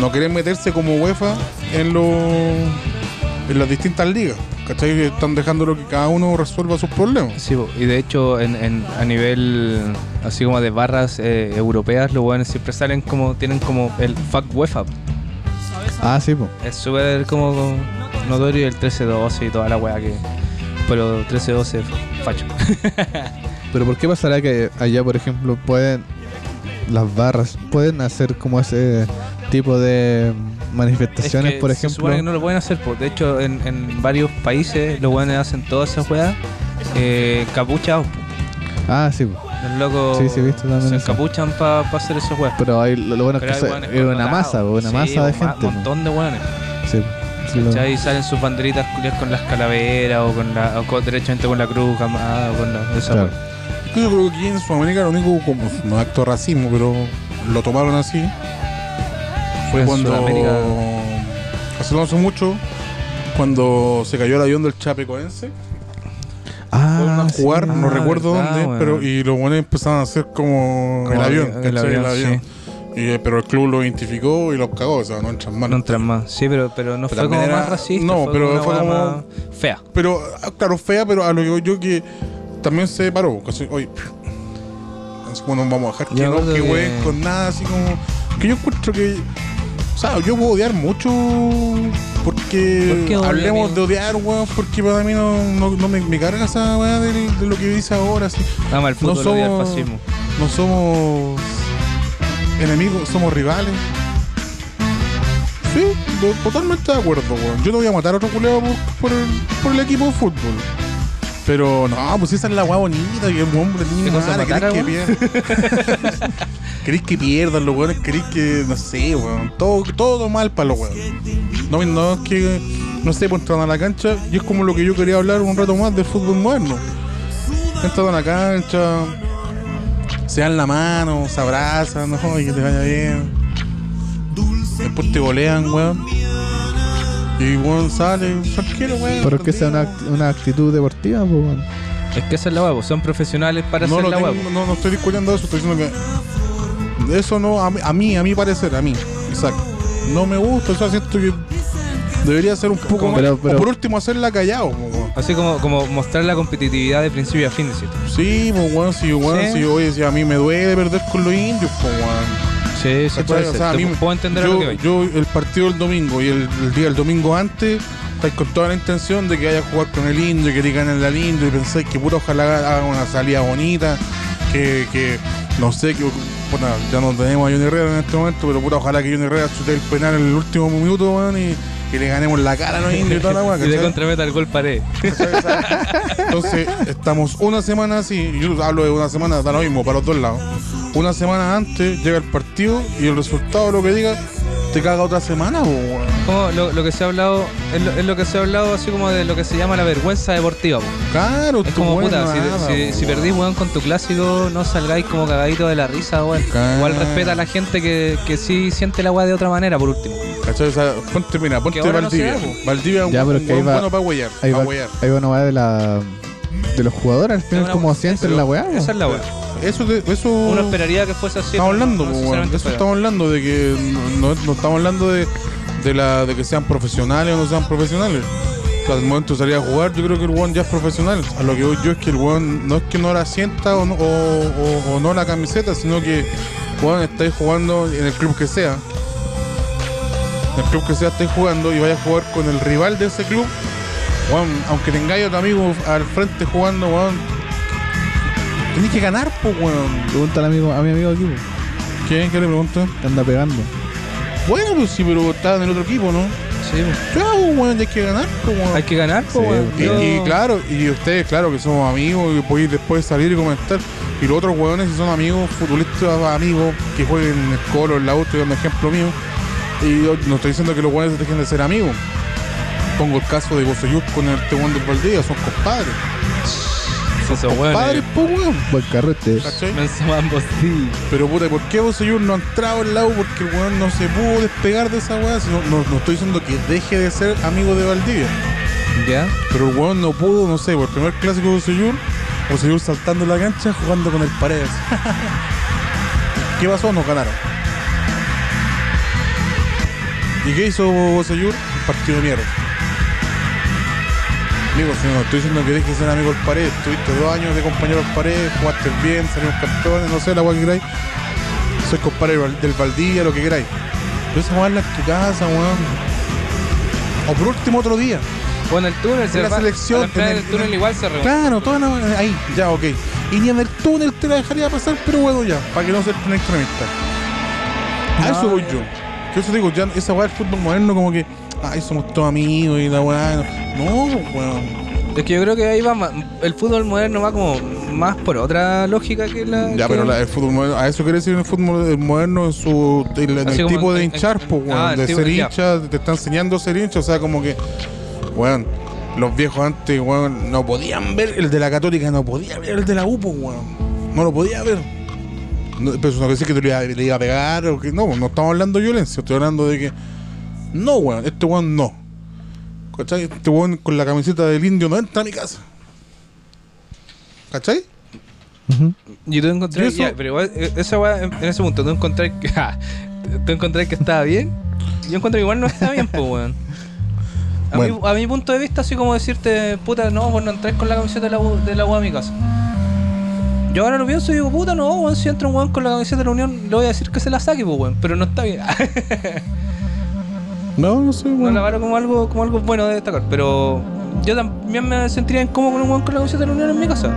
Speaker 1: No quieren meterse como UEFA en, los en las distintas ligas. ¿Cachai? Que Están dejándolo que cada uno resuelva sus problemas.
Speaker 2: Sí, po, y de hecho en, en- a nivel así como de barras eh, europeas, los buenos siempre salen como, tienen como el fuck UEFA. po.
Speaker 3: Ah, sí, pues.
Speaker 2: Es súper como notorio el 13-12 y toda la weá que... Pero 13-12, facho.
Speaker 3: Pero ¿por qué pasará que allá, por ejemplo, pueden las barras pueden hacer como ese tipo de manifestaciones,
Speaker 2: Es que
Speaker 3: por
Speaker 2: se supone que
Speaker 3: ejemplo?
Speaker 2: no lo pueden hacer, po. de hecho en, en varios países los buenos hacen todas esas weas eh, capuchados. po.
Speaker 3: Ah, sí, po.
Speaker 2: Los locos
Speaker 3: Sí, sí, he visto también
Speaker 2: se
Speaker 3: eso.
Speaker 2: encapuchan para hacer esas weas.
Speaker 3: pero ahí lo, lo bueno es que
Speaker 2: Pero hay
Speaker 3: se-
Speaker 2: hueones
Speaker 3: es una
Speaker 2: contratados.
Speaker 3: masa, po, una
Speaker 2: Sí,
Speaker 3: masa de
Speaker 2: un ma-
Speaker 3: gente. po.
Speaker 2: montón de hueones.
Speaker 3: Sí, sí, lo-
Speaker 2: ¿Cachai? Y salen sus banderitas culiadas con las calaveras o con la o con- derechamente con la cruz camada o con la esa
Speaker 3: Claro.
Speaker 2: wea.
Speaker 1: Yo creo que aquí en Sudamérica lo único como no acto de racismo, pero lo tomaron así. Fue
Speaker 2: En
Speaker 1: cuando
Speaker 2: Sudamérica.
Speaker 1: hace no hace mucho cuando se cayó el avión del Chapecoense. Fueron
Speaker 3: Ah,
Speaker 1: a
Speaker 3: sí.
Speaker 1: jugar, no
Speaker 2: Ah,
Speaker 1: recuerdo
Speaker 2: verdad,
Speaker 1: dónde,
Speaker 2: weón.
Speaker 1: pero y los buenos empezaron a hacer como,
Speaker 2: Como
Speaker 1: el avión,
Speaker 2: avi- el
Speaker 1: ¿cachai? El
Speaker 2: avión,
Speaker 1: avión. Y, eh, pero el club lo identificó y los cagó, o sea, no entran mal.
Speaker 2: No entran más. Sí, pero, pero no
Speaker 1: Pero
Speaker 2: fue como
Speaker 1: también era-
Speaker 2: más racista.
Speaker 1: no, pero
Speaker 2: una
Speaker 1: fue
Speaker 2: wea
Speaker 1: como-
Speaker 2: más fea.
Speaker 1: Pero, ah, claro, fea, pero a lo que voy yo que también se paró. Casi, oye, así como nos vamos a dejar
Speaker 2: Yo
Speaker 1: que no,
Speaker 2: creo
Speaker 1: que
Speaker 2: que-
Speaker 1: hueven con nada, así como. Que yo encuentro que. O sea, yo puedo odiar mucho porque
Speaker 2: ¿Por qué odio,
Speaker 1: hablemos
Speaker 2: amigo?
Speaker 1: de odiar, weón, porque para mí no, no, no me, me carga esa weá del- de, lo que dice ahora. Así.
Speaker 2: Nada más el
Speaker 1: No
Speaker 2: fútbol odia el
Speaker 1: somos-
Speaker 2: fascismo.
Speaker 1: No somos enemigos, somos rivales. Sí, do- totalmente de acuerdo, weón. Yo no voy a matar a otro culeado por, por el, por el equipo de fútbol. Pero no, pues esa es la weá bonita, que es un hombre
Speaker 2: ¿Qué
Speaker 1: niño
Speaker 2: cosa,
Speaker 1: madre,
Speaker 2: matar
Speaker 1: querés que pierdan. querés que pierdan los weones, querés que, no sé, weón. Todo, todo mal para los weones. No, no es que, no sé, pues entran a la cancha y es como lo que yo quería hablar un rato más del fútbol moderno. Entran a la cancha, se dan la mano, se abrazan, no, y que te vaya bien. Después te golean, weón. Y weón sale, tranquilo, weón.
Speaker 3: Pero es que sea una, act- una actitud deportiva, po, weón.
Speaker 2: Es que esa es la huevo. Son profesionales para
Speaker 1: no,
Speaker 2: hacer
Speaker 1: lo
Speaker 2: la pues.
Speaker 1: tengo-
Speaker 2: huevo.
Speaker 1: no, no estoy discutiendo eso, estoy diciendo que eso no, a mí, a mí, a mi parecer, a mí, exacto. No me gusta, o sea, siento que debería ser un poco
Speaker 3: Como-
Speaker 1: más.
Speaker 3: pero-
Speaker 1: o
Speaker 3: pero-
Speaker 1: por último hacerla callado, po, weón.
Speaker 2: Así como, como mostrar la competitividad de principio a fin, ¿sí?
Speaker 1: Sí, pues weón, sí, weón,
Speaker 2: Sí.
Speaker 1: sí, oye, sí, a mí me duele perder con los indios, pues weón.
Speaker 2: Sí, sí, puede
Speaker 1: ¿Cachai? O
Speaker 2: ser.
Speaker 1: sea, a
Speaker 2: Te-
Speaker 1: mí-
Speaker 2: puedo entender a
Speaker 1: yo,
Speaker 2: lo que voy.
Speaker 1: yo el partido del domingo y el, el día del domingo antes, estáis con toda la intención de que vaya a jugar con el indio y que le ganen al indio y pensáis que puta ojalá haga una salida bonita, que, que no sé, que puta, ya no tenemos a Johnny Herrera en este momento, pero puta ojalá que Johnny Herrera chute el penal en el último minuto, weón, y, y le ganemos la cara a los indios y toda la weá,
Speaker 2: y de
Speaker 1: ¿cachai?
Speaker 2: contrameta el gol pared.
Speaker 1: Entonces, estamos una semana así, yo hablo de una semana, da lo mismo para los dos lados. Una semana antes llega el partido y el resultado, lo que diga, te caga otra semana, po, weón.
Speaker 2: Como lo, lo que se ha hablado, es lo, es lo que se ha hablado así como de lo que se llama la vergüenza deportiva. po.
Speaker 1: Claro,
Speaker 2: Es
Speaker 1: tú,
Speaker 2: como
Speaker 1: weón,
Speaker 2: puta, si,
Speaker 1: nada,
Speaker 2: si-
Speaker 1: po,
Speaker 2: si perdís weón con tu clásico, no salgáis como cagadito de la risa, weón.
Speaker 1: Claro.
Speaker 2: Igual respeta a la gente que, que sí siente la weá de otra manera, por último.
Speaker 1: ¿Cachai? O sea, ponte, mira, ponte
Speaker 2: ahora no se
Speaker 1: Valdivia.
Speaker 2: da, po.
Speaker 1: Valdivia es un,
Speaker 3: Ya, pero es
Speaker 1: un
Speaker 3: que ahí
Speaker 1: weón
Speaker 3: va-
Speaker 1: bueno para huellar.
Speaker 3: Ahí
Speaker 1: pa'
Speaker 3: va,
Speaker 1: huellar.
Speaker 3: ahí va una weá de la de los jugadores al
Speaker 2: Es
Speaker 3: final
Speaker 2: una-
Speaker 3: como sienten
Speaker 2: eso-
Speaker 3: la weá.
Speaker 2: Esa es
Speaker 3: weón.
Speaker 2: la weá.
Speaker 1: Eso, te- eso
Speaker 2: Uno esperaría que fuese así.
Speaker 1: estamos
Speaker 2: pero no-
Speaker 1: hablando,
Speaker 2: no
Speaker 1: po, weón.
Speaker 2: necesariamente
Speaker 1: De eso
Speaker 2: fue.
Speaker 1: estamos hablando, de que no, no- no estamos hablando de, de la, de que sean profesionales o no sean profesionales. O sea, al momento de salir a jugar, yo creo que el weón ya es profesional. A lo que voy yo es que el weón no es que no la sienta o no, o, o- o no la camiseta, sino que, weón, estáis jugando en el club que sea. En el club que sea estáis jugando y vayas a jugar con el rival de ese club. Weón, aunque tengáis a tu amigo al frente jugando, weón, tenéis que ganar, pues, weón.
Speaker 3: Pregúntale a mi, a mi amigo aquí, weón,
Speaker 1: ¿Quién? ¿Qué le pregunto?
Speaker 3: que anda pegando.
Speaker 1: Bueno, pues sí, pero estaba en el otro equipo, ¿no?
Speaker 2: Sí, pues. po.
Speaker 1: Claro, weón, hay que ganar, pues, weón.
Speaker 2: Hay que ganar, po,
Speaker 3: Sí,
Speaker 2: weón.
Speaker 1: Y,
Speaker 2: Yo-
Speaker 1: y claro, y ustedes, claro, que somos amigos, y podéis después salir y comentar. Y los otros weones, si son amigos, futbolistas, amigos, que jueguen en el Colo, en la U, estoy dando ejemplo mío. Y yo no estoy diciendo que los weones dejen de ser amigos. Pongo el caso de Gosoyut con el Tehuán del Valdivia, son compadres.
Speaker 2: Esos
Speaker 1: Padres,
Speaker 2: weones.
Speaker 1: pues, weón.
Speaker 3: Buen carrete.
Speaker 1: ¿Cachai?
Speaker 2: eh, Me ensaman vos, sí.
Speaker 1: Pero puta, ¿por qué Bosellur no ha entrado al lado? Porque el weón no se pudo despegar de esa weá. Si No, no, no estoy diciendo que deje de ser amigo de Valdivia.
Speaker 2: ¿Ya?
Speaker 1: Pero el weón no pudo, no sé, por el primer clásico de Bosellur, Bosellur saltando en la cancha jugando con el paredes. ¿Qué pasó? Nos ganaron. ¿Y qué hizo Bosellur? Un partido de mierda. Amigo, si no estoy diciendo que dejes de ser amigo del pared, tuviste dos años de compañero del pared, jugaste bien, salimos campeones, no sé, la weá que queráis. Soy compadre del Val- del Valdía, lo que queráis. Pero esa weá es en tu casa, weón. O por último otro día.
Speaker 2: Bueno, el túnel se
Speaker 1: En la
Speaker 2: va-
Speaker 1: selección,
Speaker 2: a la entrada
Speaker 1: en el-
Speaker 2: del túnel igual se reúne.
Speaker 1: Claro, toda la weá- Ahí, ya, ok. Y ni en el túnel te la dejaría pasar, pero bueno, ya, para que no se tenga extremista. A eso
Speaker 2: No,
Speaker 1: voy yo. Que eso digo, ya esa weá del fútbol moderno, como que, ay, somos todos amigos y la weá. No, weón.
Speaker 2: Es que yo creo que ahí va ma- el fútbol moderno va como más por otra lógica que la.
Speaker 1: Ya,
Speaker 2: que-
Speaker 1: pero la- el fútbol moderno, a eso quiere decir el fútbol moderno en su en el,
Speaker 2: Así como
Speaker 1: tipo de
Speaker 2: en- en-
Speaker 1: hinchar, po, weón,
Speaker 2: Ah, el
Speaker 1: de
Speaker 2: tipo-
Speaker 1: ser
Speaker 2: ya.
Speaker 1: hincha, te está enseñando a ser hincha, o sea, como que, weón, los viejos antes, weón, no podían ver el de la Católica, no podía ver el de la U, po, weón, no lo podía ver. No, pero eso no quiere decir que tú le, iba- le iba a pegar o que no, no estamos hablando de violencia, estoy hablando de que, no, weón, este weón no. ¿Cachai? Este weón con la camiseta del indio no entra a mi casa. ¿Cachai?
Speaker 2: Y tú encontrás.
Speaker 1: Y eso-
Speaker 2: ya, pero igual, eh, esa weá, en en ese punto, tú encontrás que. ja, tú encontrás que estaba bien. Yo encuentro que igual no está bien, pues, weón. A,
Speaker 1: Bueno.
Speaker 2: mi, a mi punto de vista, así como decirte, puta, no, vos no entrás con la camiseta de la, U- de la U a mi casa. Yo ahora lo pienso y digo, puta, no, weón, si entra un weón con la camiseta de la Unión, le voy a decir que se la saque, pues, weón, pero no está bien.
Speaker 1: No, no sé, weón.
Speaker 2: No la varo como algo, como algo bueno de destacar, pero yo también me sentiría incómodo con un weón con la camiseta de la Unión en mi casa.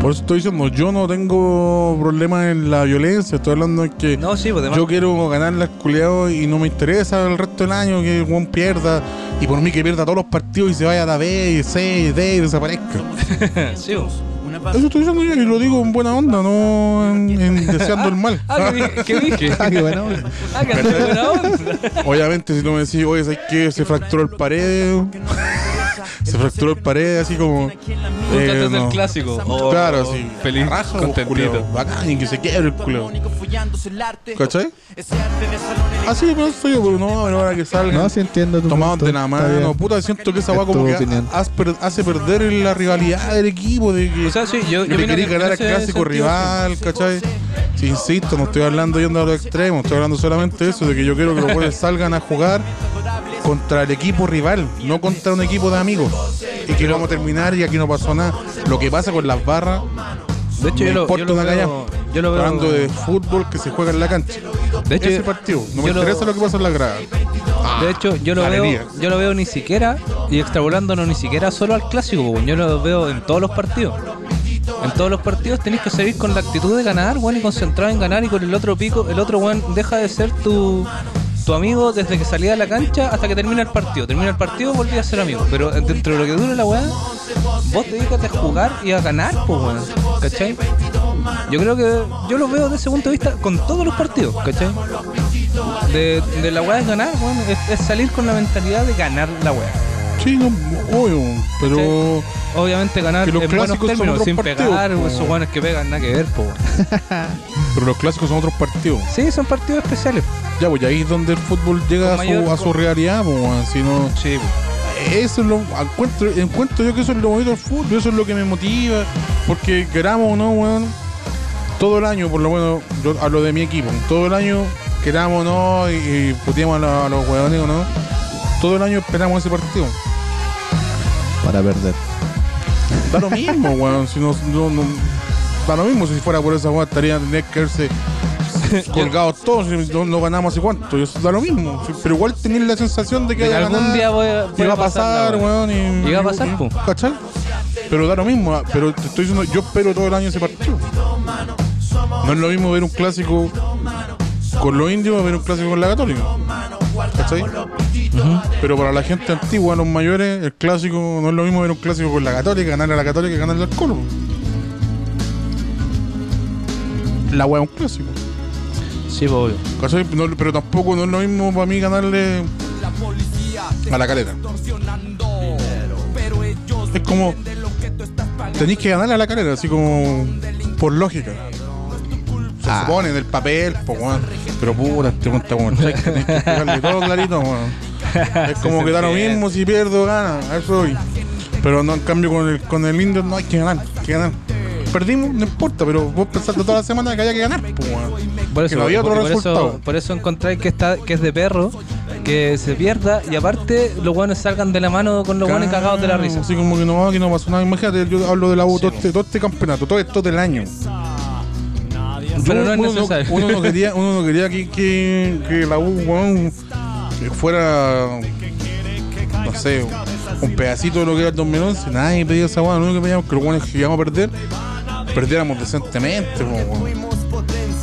Speaker 1: Por eso estoy diciendo, yo no tengo problemas en la violencia, estoy hablando de que
Speaker 2: No, sí, pues además.
Speaker 1: yo quiero ganar las culiados y no me interesa el resto del año que Juan pierda, y por mí que pierda todos los partidos y se vaya a la B, y C, y D y desaparezca.
Speaker 2: sí, pues.
Speaker 1: Eso estoy diciendo yo y lo digo en buena onda, no en, en deseando el mal.
Speaker 2: Ah, ¿qué, di- qué dije?
Speaker 3: Ah, qué bueno. weón.
Speaker 2: Ah, que soy buena onda.
Speaker 1: Obviamente si tú me decís, oye, ¿sabes qué? Se fracturó el pared, se fracturó el pared, así como...
Speaker 2: Justo
Speaker 1: eh,
Speaker 2: antes del
Speaker 1: no.
Speaker 2: clásico. Oh,
Speaker 1: Claro, sí.
Speaker 2: Feliz,
Speaker 1: Raja, vos,
Speaker 2: contentito.
Speaker 1: culiao. Bacán, y que se quiebre el culo. ¿Cachai? Ah, Así que por eso yo, pero no, pero ahora que salgan
Speaker 3: No, sí entiendo tu
Speaker 1: tomados
Speaker 3: punto,
Speaker 1: de la
Speaker 3: está
Speaker 1: mano,
Speaker 3: bien.
Speaker 1: puta, siento que esa weá
Speaker 3: Es tu
Speaker 1: como que
Speaker 3: opinión.
Speaker 1: haz per- hace perder la rivalidad del equipo, de que
Speaker 2: O sea, sí, yo, yo
Speaker 1: le
Speaker 2: opino
Speaker 1: querés
Speaker 2: que en
Speaker 1: ganar al
Speaker 2: ese
Speaker 1: clásico
Speaker 2: sentido,
Speaker 1: rival, ¿cachai? Sí, insisto, no estoy hablando yendo a los extremos, estoy hablando solamente de eso, de que yo quiero que los jugadores salgan a jugar contra el equipo rival, no contra un equipo de amigos. Y que vamos a terminar y aquí no pasó nada. Lo que pasa con las barras,
Speaker 2: sí. De hecho, yo
Speaker 1: me
Speaker 2: lo, yo
Speaker 1: importa
Speaker 2: lo
Speaker 1: una caña.
Speaker 2: veo. Yo lo veo.
Speaker 1: Hablando de fútbol que se juega en la cancha.
Speaker 2: de hecho,
Speaker 1: Ese partido, no me
Speaker 2: yo lo-
Speaker 1: interesa lo que pasa en la grada. Ah,
Speaker 2: De hecho, yo lo
Speaker 1: Galería.
Speaker 2: veo, yo lo veo ni siquiera, y extrapolándolo ni siquiera solo al clásico, po, yo lo veo en todos los partidos. En todos los partidos tenés que seguir con la actitud de ganar, weón, y concentrado en ganar, y con el otro pico, el otro weón deja de ser tu, tu amigo desde que salía de la cancha hasta que termina el partido. Termina el partido, volví a ser amigo. Pero eh, dentro de lo que dure la weá, vos te dedicas a jugar y a ganar, pues weón. ¿Cachai? Yo creo que yo lo veo desde ese punto de vista con todos los partidos, ¿cachai? De, de la weá es ganar, weón. Es, es salir con la mentalidad de ganar la weá.
Speaker 1: Sí, no, obvio, pero
Speaker 2: Obviamente ganar
Speaker 1: Que
Speaker 2: en
Speaker 1: los
Speaker 2: buenos
Speaker 1: clásicos son
Speaker 2: términos,
Speaker 1: otros
Speaker 2: sin
Speaker 1: partidos,
Speaker 2: pegar,
Speaker 1: po.
Speaker 2: esos weones que pegan, nada que ver, po. weón.
Speaker 1: Pero los clásicos son otros partidos.
Speaker 2: Sí, son partidos especiales.
Speaker 1: Ya, pues y ahí es donde el fútbol llega a
Speaker 2: Con
Speaker 1: su,
Speaker 2: mayor-
Speaker 1: a su realidad, pues, weón. Si no,
Speaker 2: Sí,
Speaker 1: eso es lo. Encuentro, encuentro yo que eso es lo bonito del fútbol, eso es lo que me motiva. Porque queramos o no, weón, todo el año, por lo menos, yo hablo de mi equipo, todo el año, queramos o no, y, y puteamos a, la- a los weones o no, todo el año esperamos ese partido.
Speaker 3: Para perder.
Speaker 1: Da lo mismo, weón. Si no, no, no- da lo mismo. Si fuera por esa weón, estarían tendrían que haberse colgados todos. Si no, no ganamos hace cuánto. Eso da lo mismo. Si- Pero igual tener la sensación de que
Speaker 2: De que
Speaker 1: haya
Speaker 2: algún
Speaker 1: ganado,
Speaker 2: día voy a-
Speaker 1: y
Speaker 2: voy
Speaker 1: va a
Speaker 2: a pasar
Speaker 1: pasar,
Speaker 2: la
Speaker 1: weón. Y,
Speaker 2: Y va a
Speaker 1: y-
Speaker 2: pasar,
Speaker 1: y-
Speaker 2: po.
Speaker 1: ¿Cachai? Pero da lo mismo. ah, Pero te estoy diciendo, yo espero todo el año ese partido. No es lo mismo ver un clásico con los indios a ver un clásico con la católica. ¿Cachai? Pero para la gente antigua, los mayores, el clásico no es lo mismo ver un clásico con la católica, ganarle a la católica que ganarle al Colo. La wea es un clásico.
Speaker 2: sí, po, obvio.
Speaker 1: ¿Cachai? No- pero tampoco no es lo mismo para mí ganarle a la caleta. Es como tenéis que ganarle a la caleta, así como por lógica. Se supone en el papel, po, weón. pero pura, te cuenta como el cheque, tenés que explicarle todo clarito. weón. Es como que da lo
Speaker 2: entiende.
Speaker 1: mismo si pierdo o gana, a eso voy. Pero no, en cambio con el, con el indio no hay que ganar, hay que ganar. Perdimos, no importa, pero vos pensaste toda la semana que había que ganar, po, weón.
Speaker 2: Por
Speaker 1: Que no había otro
Speaker 2: por
Speaker 1: resultado.
Speaker 2: Eso, por eso encontráis que, está, que es de perro que se pierda y aparte los guanes salgan de la mano con los guanes cagados de la risa.
Speaker 1: Así como que no, aquí no pasó nada. Imagínate, yo hablo de la U todo, este, todo este campeonato, todo esto del año. Yo-
Speaker 2: Pero no es
Speaker 1: uno,
Speaker 2: necesario.
Speaker 1: uno no quería, uno no quería que, que, que la U weón, fuera, no sé, un pedacito de lo que era el 2011. Nadie pedía esa weón, lo único que pedíamos que los weones que íbamos a perder, perdiéramos decentemente. po, weón.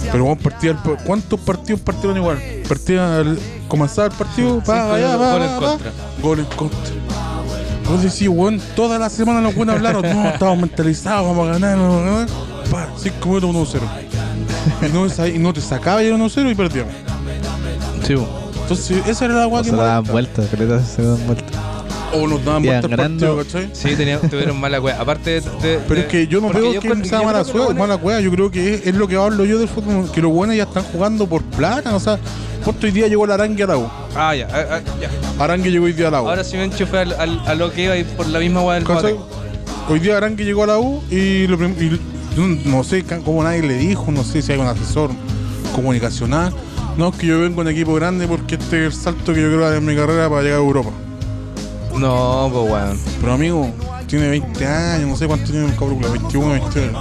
Speaker 1: Pero weón, partía el po- ¿cuántos partidos partieron igual? Partía al comenzaba el partido,
Speaker 2: Cinco
Speaker 1: pa, allá, pa,
Speaker 2: gol en
Speaker 1: pa, pa,
Speaker 2: contra.
Speaker 1: Gol en contra. Vos decís, weón, toda la semana los buenos hablaron, no, estamos mentalizados, vamos a ganar, vamos a ganar. Pa, 5 minutos 1-0. Y no, sa- y no te sacaba y era 1-0 y perdíamos.
Speaker 2: Sí, po.
Speaker 1: Entonces, esa era la
Speaker 3: O
Speaker 1: guay que
Speaker 3: se daban
Speaker 1: molesta.
Speaker 3: vueltas, caleta se daban vueltas.
Speaker 1: O nos daban
Speaker 3: Iban
Speaker 1: vuelta al
Speaker 3: ganando.
Speaker 1: partido, ¿cachai?
Speaker 2: Sí, tenía- tuvieron mala wea. Aparte de, de-
Speaker 1: Pero es que yo no
Speaker 2: porque
Speaker 1: veo que
Speaker 2: encuentro-
Speaker 1: sea
Speaker 2: yo
Speaker 1: mala,
Speaker 2: creo que los
Speaker 1: suerte,
Speaker 2: guanes-
Speaker 1: mala cueva. Yo creo que es, es lo que hablo yo del fútbol, que los buenos ya están jugando por plata. O sea, justo hoy día llegó el Arangue a la U.
Speaker 2: Ah, ya, ah, ah, ya.
Speaker 1: Arangue llegó hoy día a la U.
Speaker 2: Ahora sí me enchufé al- al- a lo que iba y por la misma wea del
Speaker 1: ¿Cachai?
Speaker 2: Coatec.
Speaker 1: Hoy día Aranque llegó a la U y, lo prim- y yo no sé ca- cómo nadie le dijo, no sé si hay un asesor comunicacional. No, es que yo vengo en equipo grande porque este es el salto que yo quiero dar en mi carrera para llegar a Europa.
Speaker 2: No, pues weón.
Speaker 1: Pero amigo, tiene 20 años, no sé cuánto tiene el cabrón, 21, 22.
Speaker 2: Y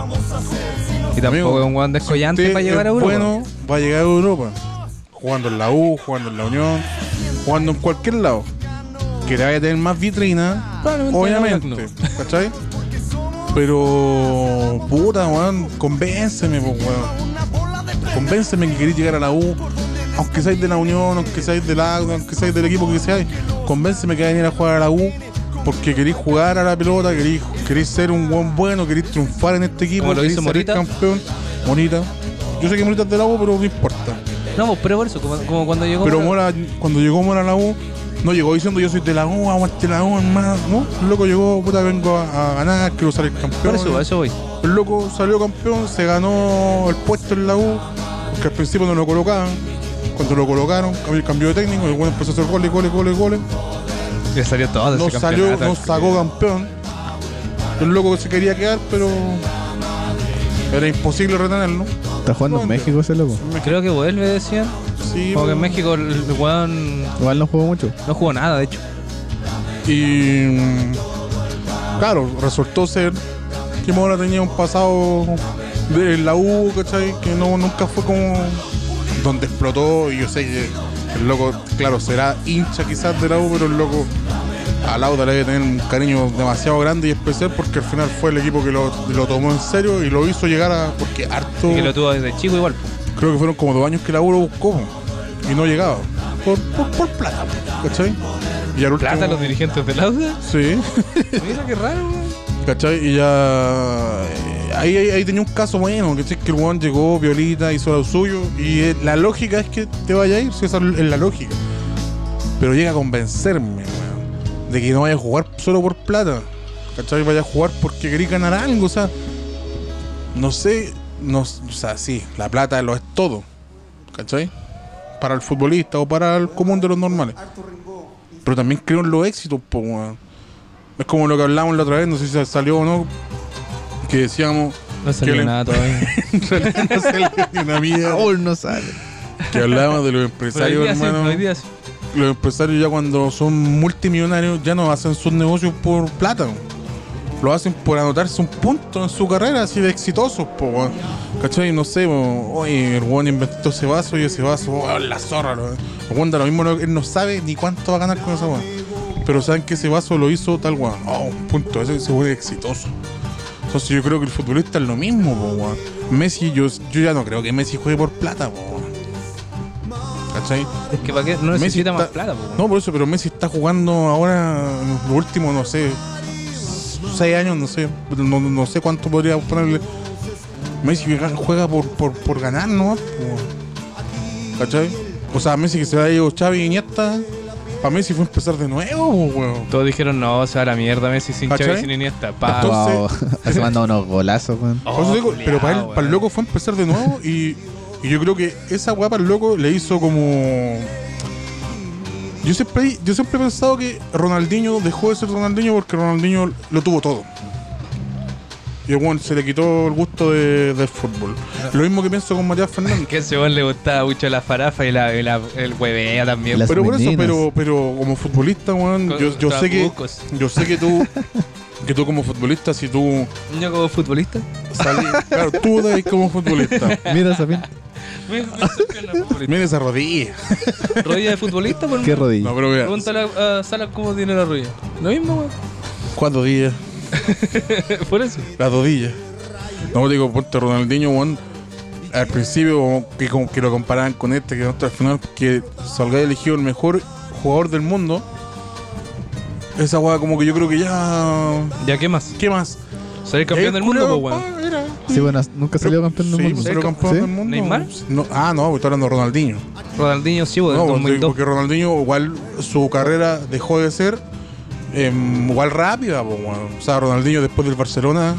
Speaker 2: tampoco
Speaker 1: Amigo,
Speaker 2: es un weón descollante
Speaker 1: Usted
Speaker 2: para llegar a
Speaker 1: es
Speaker 2: Europa.
Speaker 1: Bueno, va a llegar a Europa. Jugando en la U, jugando en la Unión, jugando en cualquier lado. Que te vaya a tener más vitrina,
Speaker 2: Probablemente
Speaker 1: obviamente.
Speaker 2: no,
Speaker 1: ¿Cachai? Pero, puta, weón, convénceme, po, weón. Convénceme que querés llegar a la U. Aunque seáis de la Unión, aunque seáis del Agua, aunque seáis del equipo que seáis, convénceme que vais a venir a jugar a la U. Porque querés jugar a la pelota, querés, querés ser un buen bueno, querés triunfar en este equipo,
Speaker 2: Como lo
Speaker 1: querés
Speaker 2: hizo
Speaker 1: salir
Speaker 2: Morita.
Speaker 1: campeón. Morita. Yo sé que Morita es de la U, pero no importa.
Speaker 2: No, pues pero por eso, como, como cuando llegó.
Speaker 1: Pero Mora, cuando llegó Mora a la U, no llegó diciendo yo soy de la U, aguante la U, hermano. No, el loco llegó, puta, vengo a, a ganar, quiero salir
Speaker 2: Por
Speaker 1: campeón.
Speaker 2: eso, a eso voy.
Speaker 1: El loco salió campeón, se ganó el puesto en la U, porque al principio no lo colocaban. Cuando lo colocaron, cambió, cambió de técnico, el bueno empezó a hacer goles, goles, goles, goles.
Speaker 2: Le salió todo de
Speaker 1: No
Speaker 2: ese
Speaker 1: salió,
Speaker 2: campeonato.
Speaker 1: no sacó campeón. El loco se quería quedar, pero era imposible retenerlo.
Speaker 3: Está jugando en
Speaker 1: ¿Dónde?
Speaker 3: México ese loco.
Speaker 2: Creo que vuelve, decían.
Speaker 1: Sí,
Speaker 2: Porque en
Speaker 1: pero-
Speaker 2: México el weón
Speaker 3: Igual no jugó mucho.
Speaker 2: no jugó nada, de hecho.
Speaker 1: Y mm, claro, resultó ser que Mora tenía un pasado de la U, ¿cachai? Que no, nunca fue como donde explotó. Y yo sé que el loco, claro, será hincha quizás de la U, pero el loco a Lauda le debe tener un cariño demasiado grande y especial porque al final fue el equipo que lo, lo tomó en serio y lo hizo llegar a. Porque harto.
Speaker 2: Y que lo tuvo desde chico igual.
Speaker 1: Creo que fueron como dos años que la U lo buscó y no llegaba. Por, por, por plata, ¿cachai? Y al último.
Speaker 2: Plata los dirigentes del Auda.
Speaker 1: Sí.
Speaker 2: Mira qué raro, weón.
Speaker 1: ¿Cachai? Y ya. eh, Ahí, ahí, ahí tenía un caso bueno, ¿cachai? Que el weón llegó, violita, hizo lo suyo. Y eh, la lógica es que te vaya a ir, si esa es la lógica. Pero llega a convencerme, weón, de que no vaya a jugar solo por plata. ¿Cachai? Vaya a jugar porque quería ganar algo, o sea. No sé, no, o sea, sí, la plata lo es todo. ¿Cachai? Para el futbolista o para el común de los normales. Pero también creo en los éxitos, po, weón. Es como lo que hablamos la otra vez, no sé si se salió o no, que decíamos
Speaker 2: No
Speaker 1: ¿Qué
Speaker 2: salió
Speaker 1: le-
Speaker 2: nada todavía.
Speaker 1: no se le dio una mierda,
Speaker 3: Aún no sale.
Speaker 1: que hablábamos de los
Speaker 2: Pero hoy
Speaker 1: empresarios,
Speaker 2: día sí,
Speaker 1: hermano.
Speaker 2: hoy día sí.
Speaker 1: Los empresarios ya cuando son multimillonarios ya no hacen sus negocios por plata. Lo hacen por anotarse un punto en su carrera así de exitosos, po, weón. ¿Cachai? No sé, po, oye, el weón inventó ese vaso y ese vaso, oh, la zorra, lo, el weón da lo mismo, no- él no sabe ni cuánto va a ganar con esa weón. Pero saben que ese vaso lo hizo tal weón. Oh, un punto, ese, ese weón es exitoso. Entonces yo creo que el futbolista es lo mismo, po, weón. Messi, yo, yo ya no creo que Messi juegue por plata, po, weón. ¿Cachai?
Speaker 2: Es que para qué no necesita más
Speaker 1: está-
Speaker 2: plata, po, weón.
Speaker 1: No, por eso, pero Messi está jugando ahora, en los últimos, no sé, seis años, no sé, no, no sé cuánto podría ponerle. Messi juega- juega por, por, por ganar, ¿no? Por- ¿Cachai? O sea, Messi que se ha ido Xavi y Iniesta, para Messi fue empezar de nuevo, weón.
Speaker 2: Todos dijeron, no, o sea, la mierda, Messi sin
Speaker 1: ¿Cachai?
Speaker 2: Chávez, sin Iniesta. Pa.
Speaker 1: Entonces-
Speaker 3: Wow. Hace mandado unos golazos, weón.
Speaker 2: Oh,
Speaker 1: Por eso digo, pero para, él,
Speaker 2: culiao,
Speaker 1: para el loco fue empezar de nuevo y, y yo creo que esa weá para el loco le hizo como... Yo siempre, yo siempre he pensado que Ronaldinho dejó de ser Ronaldinho porque Ronaldinho lo tuvo todo. y el weón se le quitó el gusto de- del fútbol. Lo mismo que pienso con Matías Fernández.
Speaker 2: Que a ese weón le gustaba mucho la farafa y, la, y la- el huevea también.
Speaker 3: Las
Speaker 1: pero por eso,
Speaker 3: meninas.
Speaker 1: pero, pero como futbolista, weón,
Speaker 2: Con-
Speaker 1: yo, yo sé que
Speaker 2: trabucos.
Speaker 1: yo sé que tú que tú como futbolista, si tú
Speaker 2: Yo como futbolista.
Speaker 1: salís, claro, tú debes como futbolista.
Speaker 3: Mira, Sapín,
Speaker 1: Mira esa rodilla.
Speaker 2: ¿Rodilla de futbolista? Por
Speaker 3: qué rodilla.
Speaker 1: No, pero mira,
Speaker 2: Pregúntale a, a Salas cómo tiene la rodilla. Lo mismo,
Speaker 1: ¿cuántos días?
Speaker 2: weón. Por eso.
Speaker 1: Las rodillas. No digo, ponte Ronaldinho, weón. Al principio, como que, como que lo comparaban con este, que otro al final, que Salgado elegido el mejor jugador del mundo. Esa weá, como que yo creo que ya.
Speaker 2: ¿Ya qué más?
Speaker 1: ¿Qué más?
Speaker 2: Ser campeón del mundo, pues, weón.
Speaker 3: Sí, bueno, nunca salió campeón del mundo.
Speaker 1: Sí, salió campeón
Speaker 3: ¿Sí?
Speaker 1: del mundo.
Speaker 2: ¿Neymar?
Speaker 1: No, ah, no, estoy hablando de Ronaldinho.
Speaker 2: Ronaldinho sí, weón,
Speaker 1: No,
Speaker 2: del
Speaker 1: porque,
Speaker 2: 2002.
Speaker 1: porque Ronaldinho, igual su carrera dejó de ser em, igual rápida. po, weón. O sea, Ronaldinho después del Barcelona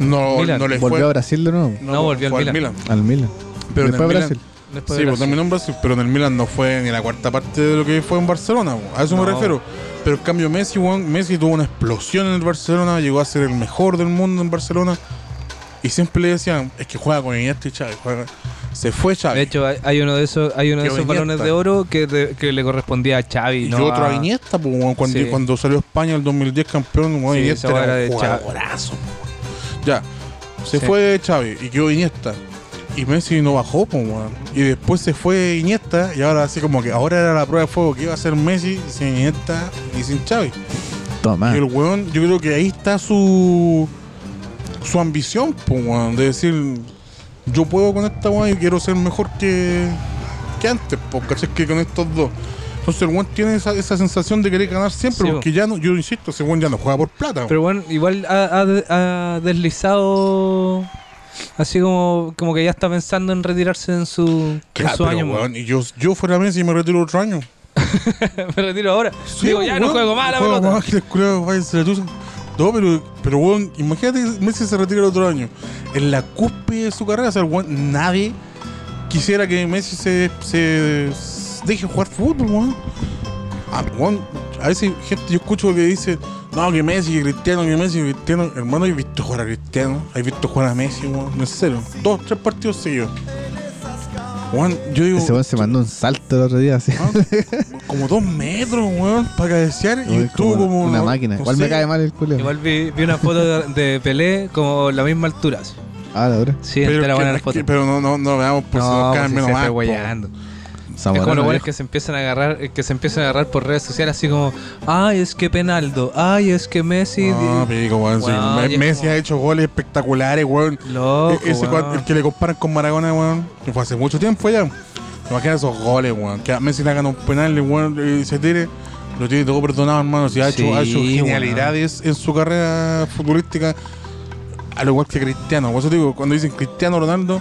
Speaker 1: no,
Speaker 2: Milan.
Speaker 1: no le
Speaker 3: Volvió
Speaker 1: fue.
Speaker 3: a Brasil de nuevo,
Speaker 2: No, volvió al
Speaker 1: fue
Speaker 2: Milan.
Speaker 3: al Milan.
Speaker 1: Pero en
Speaker 3: Después
Speaker 1: el
Speaker 3: a Brasil.
Speaker 1: Milan-
Speaker 2: Después
Speaker 1: sí,
Speaker 2: de
Speaker 1: pues
Speaker 2: Brasil.
Speaker 1: terminó en Brasil, pero en el Milan no fue ni la cuarta parte de lo que fue en Barcelona. weón. A eso me
Speaker 2: No.
Speaker 1: refiero. Pero en cambio Messi, weón, Messi tuvo una explosión en el Barcelona, llegó a ser el mejor del mundo en Barcelona. Y siempre le decían, es que juega con Iniesta y Chávez. juega- Se fue Chávez.
Speaker 2: De hecho, hay- hay uno de esos, hay uno de
Speaker 1: Qué
Speaker 2: esos
Speaker 1: Iniesta.
Speaker 2: balones de oro que, de- que le correspondía a Xavi,
Speaker 1: Y
Speaker 2: ¿no?
Speaker 1: otro a
Speaker 2: a-
Speaker 1: Iniesta, pues, weón, cuando,
Speaker 2: Sí.
Speaker 1: cuando salió España el 2010 campeón, weón,
Speaker 2: Sí,
Speaker 1: Iniesta
Speaker 2: esa
Speaker 1: era
Speaker 2: era
Speaker 1: un
Speaker 2: de Xavi.
Speaker 1: jugadorazo. pues, weón. Ya, se
Speaker 2: Sí.
Speaker 1: fue Xavi y quedó Iniesta. Y Messi no bajó, pues, weón. Y después se fue Iniesta y ahora así como que ahora era la prueba de fuego que iba a hacer Messi sin Iniesta y sin Xavi.
Speaker 3: Toma.
Speaker 2: Ah.
Speaker 1: Y el weón, yo creo que ahí está su su ambición, pues, weón, de decir yo puedo con esta weón y quiero ser mejor que, que antes, pues, ¿cachai? Que con estos dos. Entonces el weón tiene esa, esa sensación de querer ganar siempre,
Speaker 2: Sí, po.
Speaker 1: porque ya no, yo insisto, ese weón ya no juega por plata.
Speaker 2: Pero bueno, igual ha, ha- ha deslizado así como, como que ya está pensando en retirarse en su,
Speaker 1: Claro,
Speaker 2: en su
Speaker 1: pero,
Speaker 2: año.
Speaker 1: weón, y yo, yo fuera Messi y me retiro otro año.
Speaker 2: Me retiro ahora. Digo, ya
Speaker 1: weón,
Speaker 2: no juego más a la
Speaker 1: juego
Speaker 2: pelota.
Speaker 1: más, que el culiao vaya y se la tusa. No, pero, pero weón, imagínate que Messi se retira el otro año. En la cúspide de su carrera, o sea, el weón, nadie quisiera que Messi se, se- se deje jugar fútbol, weón. Ah, weón, a veces gente, yo escucho que dice, no, que Messi, que Cristiano, que Messi, que Cristiano. Hermano, he visto jugar a Cristiano, he visto jugar a Messi, weón, en serio. Dos, tres partidos seguidos. Weón, yo digo,
Speaker 3: Ese weón se mandó un salto el otro día así.
Speaker 1: Ah, como dos metros, weón, para cabecear y
Speaker 3: Uy,
Speaker 1: estuvo
Speaker 3: como
Speaker 1: como.
Speaker 3: una máquina.
Speaker 1: no
Speaker 3: Igual
Speaker 1: sé,
Speaker 3: me cae mal el culo.
Speaker 2: Igual vi, vi una foto de, de Pelé como la misma altura. así.
Speaker 3: Ah, la dura.
Speaker 2: Sí, este
Speaker 1: Pero,
Speaker 2: entera
Speaker 1: que-
Speaker 2: buena la
Speaker 1: que-
Speaker 2: foto.
Speaker 1: pero no, no, no veamos por si nos
Speaker 2: no, pues,
Speaker 1: caen
Speaker 2: si
Speaker 1: menos
Speaker 2: se
Speaker 1: mal. pues.
Speaker 2: fue
Speaker 1: po.
Speaker 2: huellando. Es
Speaker 3: Zamorano,
Speaker 2: como los buenos
Speaker 3: viejo.
Speaker 2: que se empiezan a agarrar, eh, que se empiezan a agarrar por redes sociales así como, ay es que Penaldo, ay es que Messi.
Speaker 1: No,
Speaker 2: di-
Speaker 1: pico, weón. sí.
Speaker 2: Weón,
Speaker 1: Me-
Speaker 2: ya es
Speaker 1: Messi
Speaker 2: como-
Speaker 1: ha hecho goles espectaculares, weón.
Speaker 2: Loco,
Speaker 1: E- Ese
Speaker 2: weón.
Speaker 1: cua- el que le comparan con Maradona, weón. que fue hace mucho tiempo ya. Imagina esos goles, weón. Que a Messi le hagan un penal, weón, y se tire. Lo tiene todo perdonado, hermano. Si ha hecho,
Speaker 2: Sí,
Speaker 1: ha hecho
Speaker 2: weón.
Speaker 1: genialidades en su carrera futbolística. Al igual que Cristiano. Por eso digo, cuando dicen Cristiano Ronaldo,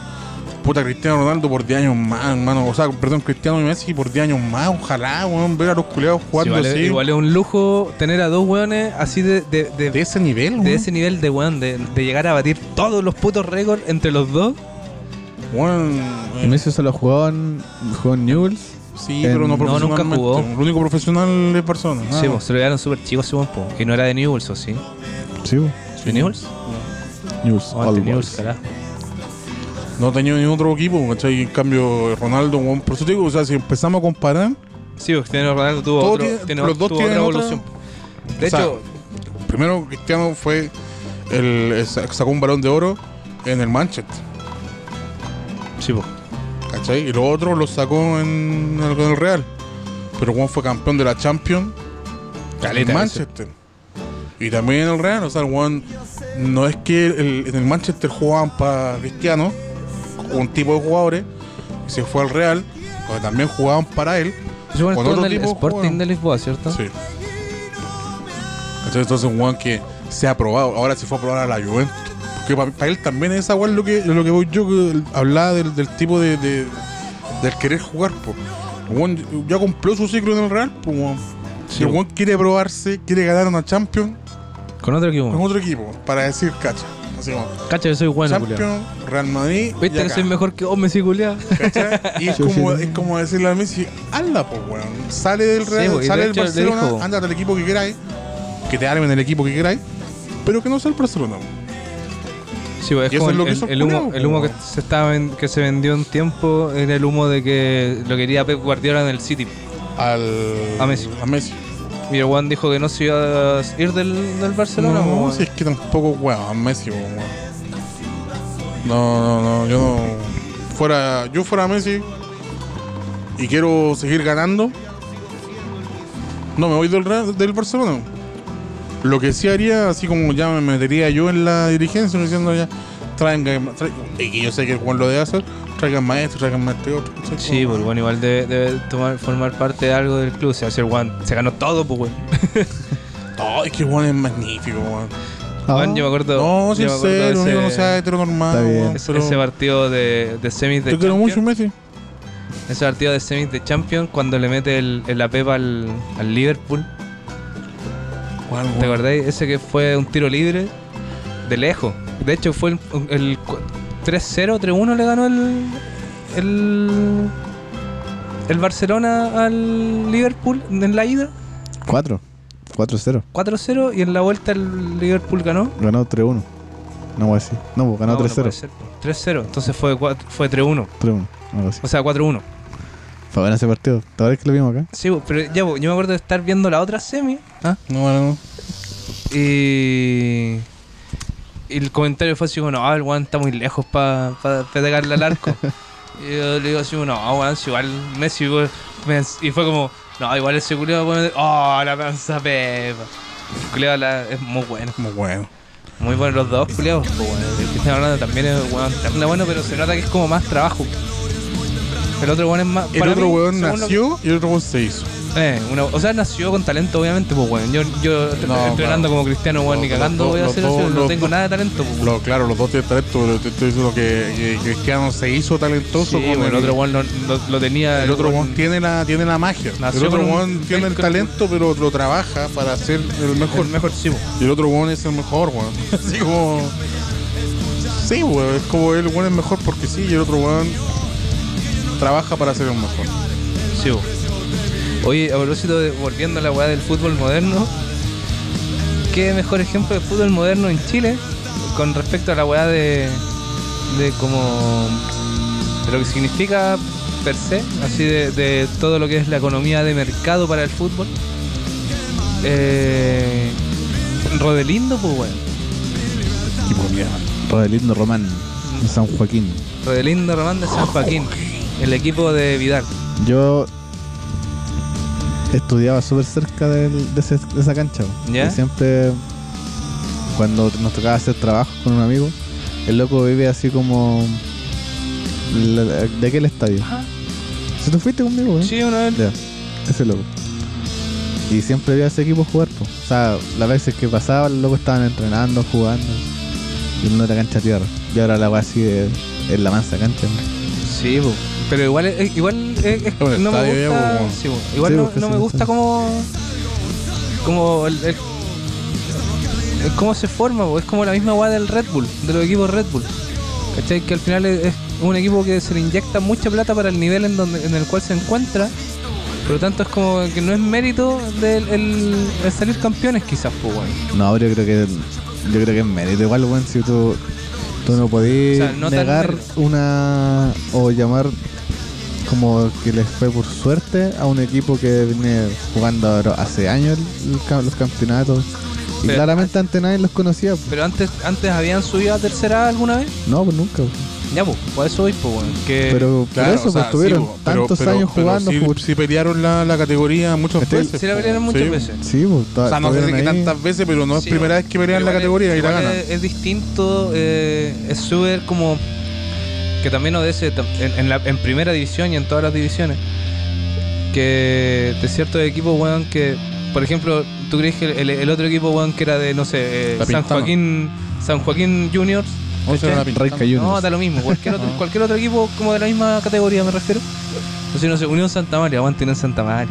Speaker 1: puta Cristiano Ronaldo por 10 años más, hermano. O sea, perdón, Cristiano y Messi por 10 años más. Ojalá, weón, ver a los culeados
Speaker 2: Sí,
Speaker 1: jugando
Speaker 2: vale-
Speaker 1: así.
Speaker 2: Igual es un lujo tener a dos weones así de, de, de-
Speaker 1: de ese nivel, weón.
Speaker 2: de ese nivel de weón, de, de llegar a batir todos los putos récords entre los dos.
Speaker 1: Weón, eh,
Speaker 3: Y Messi solo jugó en, jugó en Newell's.
Speaker 1: Sí,
Speaker 3: En-
Speaker 1: pero no
Speaker 3: no,
Speaker 2: Eh, nunca
Speaker 1: profesionalmente.
Speaker 2: jugó.
Speaker 1: El único profesional es Barcelona.
Speaker 2: Sí,
Speaker 1: Ah,
Speaker 2: pues, se lo dieron súper chico ese weón, po, que no era de Newell's, ¿o sí?
Speaker 3: Sí, bo.
Speaker 2: ¿De Newell's?
Speaker 3: Newell's.
Speaker 2: O ante
Speaker 3: All
Speaker 2: Newell's,
Speaker 3: Boys.
Speaker 2: carajo.
Speaker 1: No tenía ningún otro equipo, ¿cachai? En cambio, Ronaldo, weón, por eso te digo, o sea, si empezamos a comparar,
Speaker 2: Sí, pues, Cristiano Ronaldo tuvo
Speaker 1: Todos
Speaker 2: otro,
Speaker 1: tienen-
Speaker 2: tiene-
Speaker 1: los dos
Speaker 2: tuvo
Speaker 1: tienen
Speaker 2: otra
Speaker 1: otra-
Speaker 2: evolución. De
Speaker 1: o sea,
Speaker 2: hecho,
Speaker 1: primero Cristiano fue el eh, sa- sacó un balón de oro en el Manchester,
Speaker 2: sí,
Speaker 1: pues.
Speaker 2: po.
Speaker 1: ¿cachai? Y lo otro lo sacó en el, con el Real. Pero Juan fue campeón de la Champions
Speaker 2: Caleta
Speaker 1: en
Speaker 2: de
Speaker 1: Manchester. Y también en el Real, o sea, el Juan no es que el- en el Manchester jugaban para Cristiano, un tipo de jugadores, y se fue al Real, donde también jugaban para él.
Speaker 2: Ese weón
Speaker 1: con
Speaker 2: estuvo
Speaker 1: otro
Speaker 2: en el
Speaker 1: tipo
Speaker 2: Sporting
Speaker 1: jugaban.
Speaker 2: de Lisboa, ¿cierto?
Speaker 1: Sí. Entonces, entonces un weón que se ha aprobado, ahora se fue a probar a la Juventus. Que para él también es esa weón lo que, lo que voy yo, que el- hablaba del, del tipo de, de- del querer jugar, po. El weón ya cumplió su ciclo en el Real, po, weón. Y
Speaker 2: Sí,
Speaker 1: el
Speaker 2: po.
Speaker 1: weón quiere probarse, quiere ganar una Champions
Speaker 2: Con otro equipo.
Speaker 1: con otro equipo, para decir cacha. Así como,
Speaker 2: Cacha, yo soy bueno, culiao.
Speaker 1: Champions, Real Madrid. y
Speaker 2: Viste,
Speaker 1: acá,
Speaker 2: soy mejor que vos, Messi, culiao.
Speaker 1: ¿cachai? Y es
Speaker 3: Sí,
Speaker 1: como,
Speaker 3: sí.
Speaker 1: es como decirle a Messi, hazla, pues, weón. Sale del
Speaker 2: Sí,
Speaker 1: Real,
Speaker 2: po, y de
Speaker 1: sale del
Speaker 2: hecho le
Speaker 1: Barcelona,
Speaker 2: dijo.
Speaker 1: ándate al equipo que queráis, que te armen el equipo que queráis, pero que no sea el Barcelona.
Speaker 2: Sí, pues,
Speaker 1: Y
Speaker 2: es
Speaker 1: eso
Speaker 2: como
Speaker 1: es lo que
Speaker 2: el,
Speaker 1: hizo
Speaker 2: el humo,
Speaker 1: culiao,
Speaker 2: el humo que,
Speaker 1: po.
Speaker 2: se estaba ven- que se vendió un tiempo era el humo de que lo quería Pep Guardiola en el City.
Speaker 1: Al.
Speaker 2: A Messi.
Speaker 1: A Messi.
Speaker 2: Y el Juan dijo que no se iba a ir del, del Barcelona. pues, po,
Speaker 1: No,
Speaker 2: weón.
Speaker 1: si es que tampoco, weón, Messi, weón. No, no, no, yo no. Fuera, yo fuera Messi y quiero seguir ganando, no me voy del, Real- del Barcelona. Lo que sí haría, así como ya me metería yo en la dirigencia, diciendo ya, traigan, traigan y yo sé que el Juan lo debe hacer, traigan más esto, traigan más este otro. ¿cachai?
Speaker 2: Sí, pues bueno, igual debe, debe tomar, formar parte de algo del club. O sea, si el Juan se ganó todo, pues weón.
Speaker 1: No, es que Juan es magnífico, weón.
Speaker 3: Ah,
Speaker 2: Juan, yo me acuerdo.
Speaker 1: Ah. No,
Speaker 2: yo me acuerdo de
Speaker 1: sincero, amigo, no
Speaker 2: ese-
Speaker 1: sea heteronormal.
Speaker 3: Está bien.
Speaker 1: weón,
Speaker 2: ese,
Speaker 1: pero
Speaker 2: ese partido de, de semis de
Speaker 1: Te quiero
Speaker 2: Champions.
Speaker 1: mucho, Messi.
Speaker 2: Ese partido de semis de Champions cuando le mete el, el la pepa al, al Liverpool.
Speaker 1: Juan,
Speaker 2: ¿Te
Speaker 1: weón.
Speaker 2: acordáis? Ese que fue un tiro libre de lejos. De hecho, fue el, el cu- 3-0, 3-1 le ganó el, el. el Barcelona al Liverpool en la ida.
Speaker 3: 4. 4-0.
Speaker 2: 4-0 y en la vuelta el Liverpool ganó.
Speaker 3: Ganó 3-1. No, voy así. No, pues, ganó
Speaker 2: No, no
Speaker 3: 3-0.
Speaker 2: puede ser. 3-0, entonces fue, cuat- fue 3-1.
Speaker 3: 3-1. Algo así.
Speaker 2: O sea, 4-1.
Speaker 3: Fue bueno ese partido. ¿Te acuerdas que lo vimos acá?
Speaker 2: Sí, bo, pero ya, bo, yo me acuerdo de estar viendo la otra semi. ¿ah?
Speaker 1: No, bueno, no.
Speaker 2: Y. y el comentario fue así, bueno, ah, el weón está muy lejos para pa, pa pegarle al arco. y yo le digo así, bueno, ah, weón, si igual Messi, weón, Messi- Y fue como, no, igual ese culiado, weón, oh, la panza pepa. Culeado la, es muy bueno,
Speaker 1: Muy bueno.
Speaker 2: muy bueno los dos, culeados. El Cristiano Ronaldo también es weón, tan bueno, pero se nota que es como más trabajo. El otro weón es más.
Speaker 1: El
Speaker 2: para
Speaker 1: otro
Speaker 2: mí,
Speaker 1: weón
Speaker 2: según lo que-
Speaker 1: nació y el otro weón se hizo.
Speaker 2: eh, una- o sea, nació con talento, obviamente, pues, weón. Yo, yo
Speaker 1: No,
Speaker 2: entrenando
Speaker 1: claro.
Speaker 2: como cristiano, weón,
Speaker 1: Los-
Speaker 2: ni cagando
Speaker 1: los-
Speaker 2: voy a
Speaker 1: los
Speaker 2: hacer
Speaker 1: dos-
Speaker 2: eso. No
Speaker 1: los
Speaker 2: tengo
Speaker 1: dos-
Speaker 2: nada de talento, pues, weón.
Speaker 1: Lo, claro, los dos tienen talento, pero te estoy diciendo que, que Cristiano se hizo talentoso
Speaker 2: Sí,
Speaker 1: con
Speaker 2: weón, el otro, weón, lo, lo- lo tenía.
Speaker 1: el otro
Speaker 2: weón,
Speaker 1: weón tiene la, tiene la magia.
Speaker 2: Nació
Speaker 1: el otro
Speaker 2: con un-
Speaker 1: weón tiene el
Speaker 2: con-
Speaker 1: talento, pero lo trabaja para ser el mejor.
Speaker 2: el mejor, sí, pues. weón.
Speaker 1: Y el otro weón es el mejor, weón. Así como. Sí, weón. Es como el weón es mejor porque sí, y el otro weón trabaja para ser el mejor.
Speaker 2: Sí, weón. Oye, a propósito, de- volviendo a la weá del fútbol moderno, ¿qué mejor ejemplo de fútbol moderno en Chile con respecto a la weá de. de como. de lo que significa per se, así de, de todo lo que es la economía de mercado para el fútbol? Eh, Rodelindo, pues weón.
Speaker 1: Tipo
Speaker 2: pues,
Speaker 1: de mierda.
Speaker 3: Rodelindo Román. de San Joaquín.
Speaker 2: Rodelindo Román de San Joaquín, el equipo de Vidal.
Speaker 3: Yo estudiaba súper cerca del- de, ese- de esa cancha. po.
Speaker 2: ¿Ya?
Speaker 3: Y siempre, cuando nos tocaba hacer trabajo con un amigo, el loco vive así como. la- la- ¿De aquel estadio?
Speaker 2: Ajá.
Speaker 3: Si tú fuiste conmigo, ¿eh? ¿no?
Speaker 2: Sí, uno de
Speaker 3: Ya, ese loco. Y siempre vi a ese equipo jugar, po. O sea, las veces que pasaba, los locos estaban entrenando, jugando. Y no era cancha tierra. Y ahora la va así de- en la mansa cancha. ¿no?
Speaker 2: Sí, po. pero igual, es- igual es- es-
Speaker 1: Bueno,
Speaker 2: no me
Speaker 1: estadio ya,
Speaker 2: gusta,
Speaker 1: po, po.
Speaker 2: sí, po. igual
Speaker 3: Sí,
Speaker 2: no,
Speaker 3: po, que
Speaker 2: no
Speaker 3: sí,
Speaker 2: me
Speaker 3: sí.
Speaker 2: gusta como como el, el- el cómo se forma, po. es como la misma guada del Red Bull, de los equipos Red Bull. ¿Cachai? Que al final es, es un equipo que se le inyecta mucha plata para el nivel en donde en el cual se encuentra. Por lo tanto es como que no es mérito del el- el salir campeones quizás, pues bueno.
Speaker 3: No, pero yo creo que yo creo que es mérito igual, weón, si tú, tú no podés
Speaker 2: O sea, no tan
Speaker 3: negar
Speaker 2: mérito.
Speaker 3: una o llamar como que les fue por suerte a un equipo que viene jugando ahora hace años el- el ca- los campeonatos y
Speaker 2: Pero-
Speaker 3: claramente antes nadie los conocía, pues.
Speaker 2: Pero antes, antes habían subido a tercera A alguna vez,
Speaker 3: no, pues nunca. pues.
Speaker 2: ya pues, por eso hoy, pues bueno, que
Speaker 3: Pero
Speaker 1: Claro,
Speaker 3: por eso
Speaker 1: o sea,
Speaker 3: pues, estuvieron
Speaker 1: sí, po, pero-
Speaker 3: tantos
Speaker 1: pero-
Speaker 3: años
Speaker 1: pero
Speaker 3: jugando,
Speaker 1: sí-
Speaker 3: jugó-
Speaker 1: Sí, pelearon la, la categoría muchas
Speaker 3: Este-
Speaker 1: veces.
Speaker 2: se la
Speaker 1: po,
Speaker 2: pelearon muchas
Speaker 1: sí.
Speaker 2: veces.
Speaker 3: sí, pues, ta-
Speaker 1: O sea, no sé si
Speaker 3: estuvieron
Speaker 1: que
Speaker 3: ahí.
Speaker 1: tantas veces, pero no es
Speaker 2: Sí,
Speaker 1: primera vez que pelean la
Speaker 2: Igual es-
Speaker 1: categoría y la
Speaker 2: igual
Speaker 1: ganan.
Speaker 2: Es, es distinto, eh, es súper como que también obedece tam- en, en, la, en primera división y en todas las divisiones. Que de ciertos equipos, weón, que por ejemplo, tú crees que el, el otro equipo, weón, que era de, no sé, eh,
Speaker 1: La
Speaker 2: San
Speaker 1: Pintana.
Speaker 2: Joaquín San Joaquín Juniors.
Speaker 1: O sea,
Speaker 2: ¿cachai?
Speaker 1: la Pintana.
Speaker 3: Rey Cayuno.
Speaker 2: No, da lo mismo. Cualquier
Speaker 1: Ah.
Speaker 2: otro, cualquier otro equipo como de la misma categoría, me refiero. O sea, no sé, Unión Santa María, aguante Unión Santa María.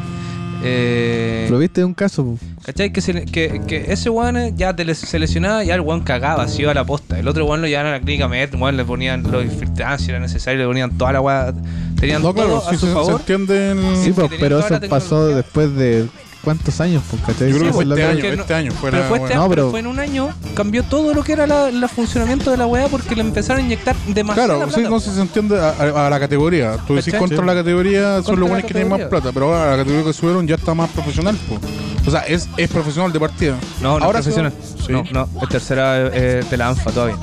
Speaker 2: Eh,
Speaker 3: Lo viste de un caso, pues.
Speaker 2: ¿Cachai? Que, se le- que, que ese weón eh, ya te le- se lesionaba, ya el weón cagaba, se iba a la posta. El otro weón lo llevaban a la clínica med, weón, le ponían los infiltrantes si era necesario, le ponían toda la weá. Tenían
Speaker 1: No, claro,
Speaker 2: todo a
Speaker 1: sí,
Speaker 2: su
Speaker 1: se, se
Speaker 2: favor.
Speaker 1: entiende el-
Speaker 3: Sí,
Speaker 2: que
Speaker 3: pues,
Speaker 2: tenían
Speaker 3: pero
Speaker 2: toda
Speaker 3: eso
Speaker 2: la
Speaker 3: pasó
Speaker 2: tecnología.
Speaker 3: después de cuántos años, pues, ¿cachai?
Speaker 1: Yo creo que
Speaker 3: Eso
Speaker 1: fue
Speaker 3: es lo
Speaker 1: este
Speaker 3: que-
Speaker 1: año,
Speaker 2: que no-
Speaker 1: este año. Fue
Speaker 2: pero,
Speaker 1: la-
Speaker 2: fue este-
Speaker 1: bueno.
Speaker 3: No,
Speaker 2: pero
Speaker 3: pero-
Speaker 2: fue en un año, cambió todo lo que era la, la funcionamiento de la weá porque le empezaron a inyectar demasiada
Speaker 1: Claro, sí,
Speaker 2: plata.
Speaker 1: no sé si se entiende a, a- a la categoría. Tú decís
Speaker 2: ¿Cachai?
Speaker 1: contra
Speaker 3: Sí.
Speaker 1: la categoría, son
Speaker 2: Contra
Speaker 1: los
Speaker 2: la
Speaker 1: buenos que tienen más
Speaker 2: categoría.
Speaker 1: plata, pero ahora la categoría que subieron ya está más profesional. po. O sea, es, es profesional de partida.
Speaker 2: No, no
Speaker 1: ahora
Speaker 2: es profesional.
Speaker 1: son- Sí.
Speaker 2: No, no, es tercera eh, de la ANFA todavía.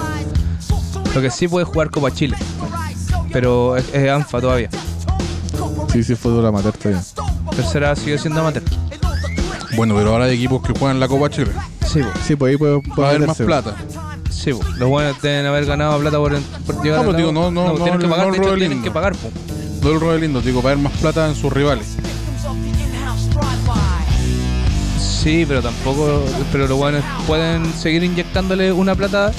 Speaker 2: Lo que sí puede jugar Copa Chile, pero es, es ANFA todavía.
Speaker 3: Sí, sí, fútbol amateur todavía.
Speaker 2: Tercera sigue siendo amateur.
Speaker 1: Bueno, pero ahora hay equipos que juegan la Copa Chile.
Speaker 2: Sí, bo,
Speaker 3: Sí, pues ahí puede,
Speaker 1: Va
Speaker 3: puede
Speaker 1: a haber más
Speaker 3: meterse.
Speaker 1: plata.
Speaker 2: sí, bo. Los buenos deben haber ganado plata por, por llegar
Speaker 1: No,
Speaker 2: al
Speaker 1: pues digo,
Speaker 2: lado.
Speaker 1: no, no, no,
Speaker 2: tienen que
Speaker 1: no
Speaker 2: pagar,
Speaker 1: el
Speaker 2: de hecho,
Speaker 1: Robert
Speaker 2: tienen
Speaker 1: Lindo.
Speaker 2: que pagar, po.
Speaker 1: No el Royal Lindo, digo, va a haber más plata en sus rivales.
Speaker 2: Sí, pero tampoco, pero los buenos pueden seguir inyectándole una plata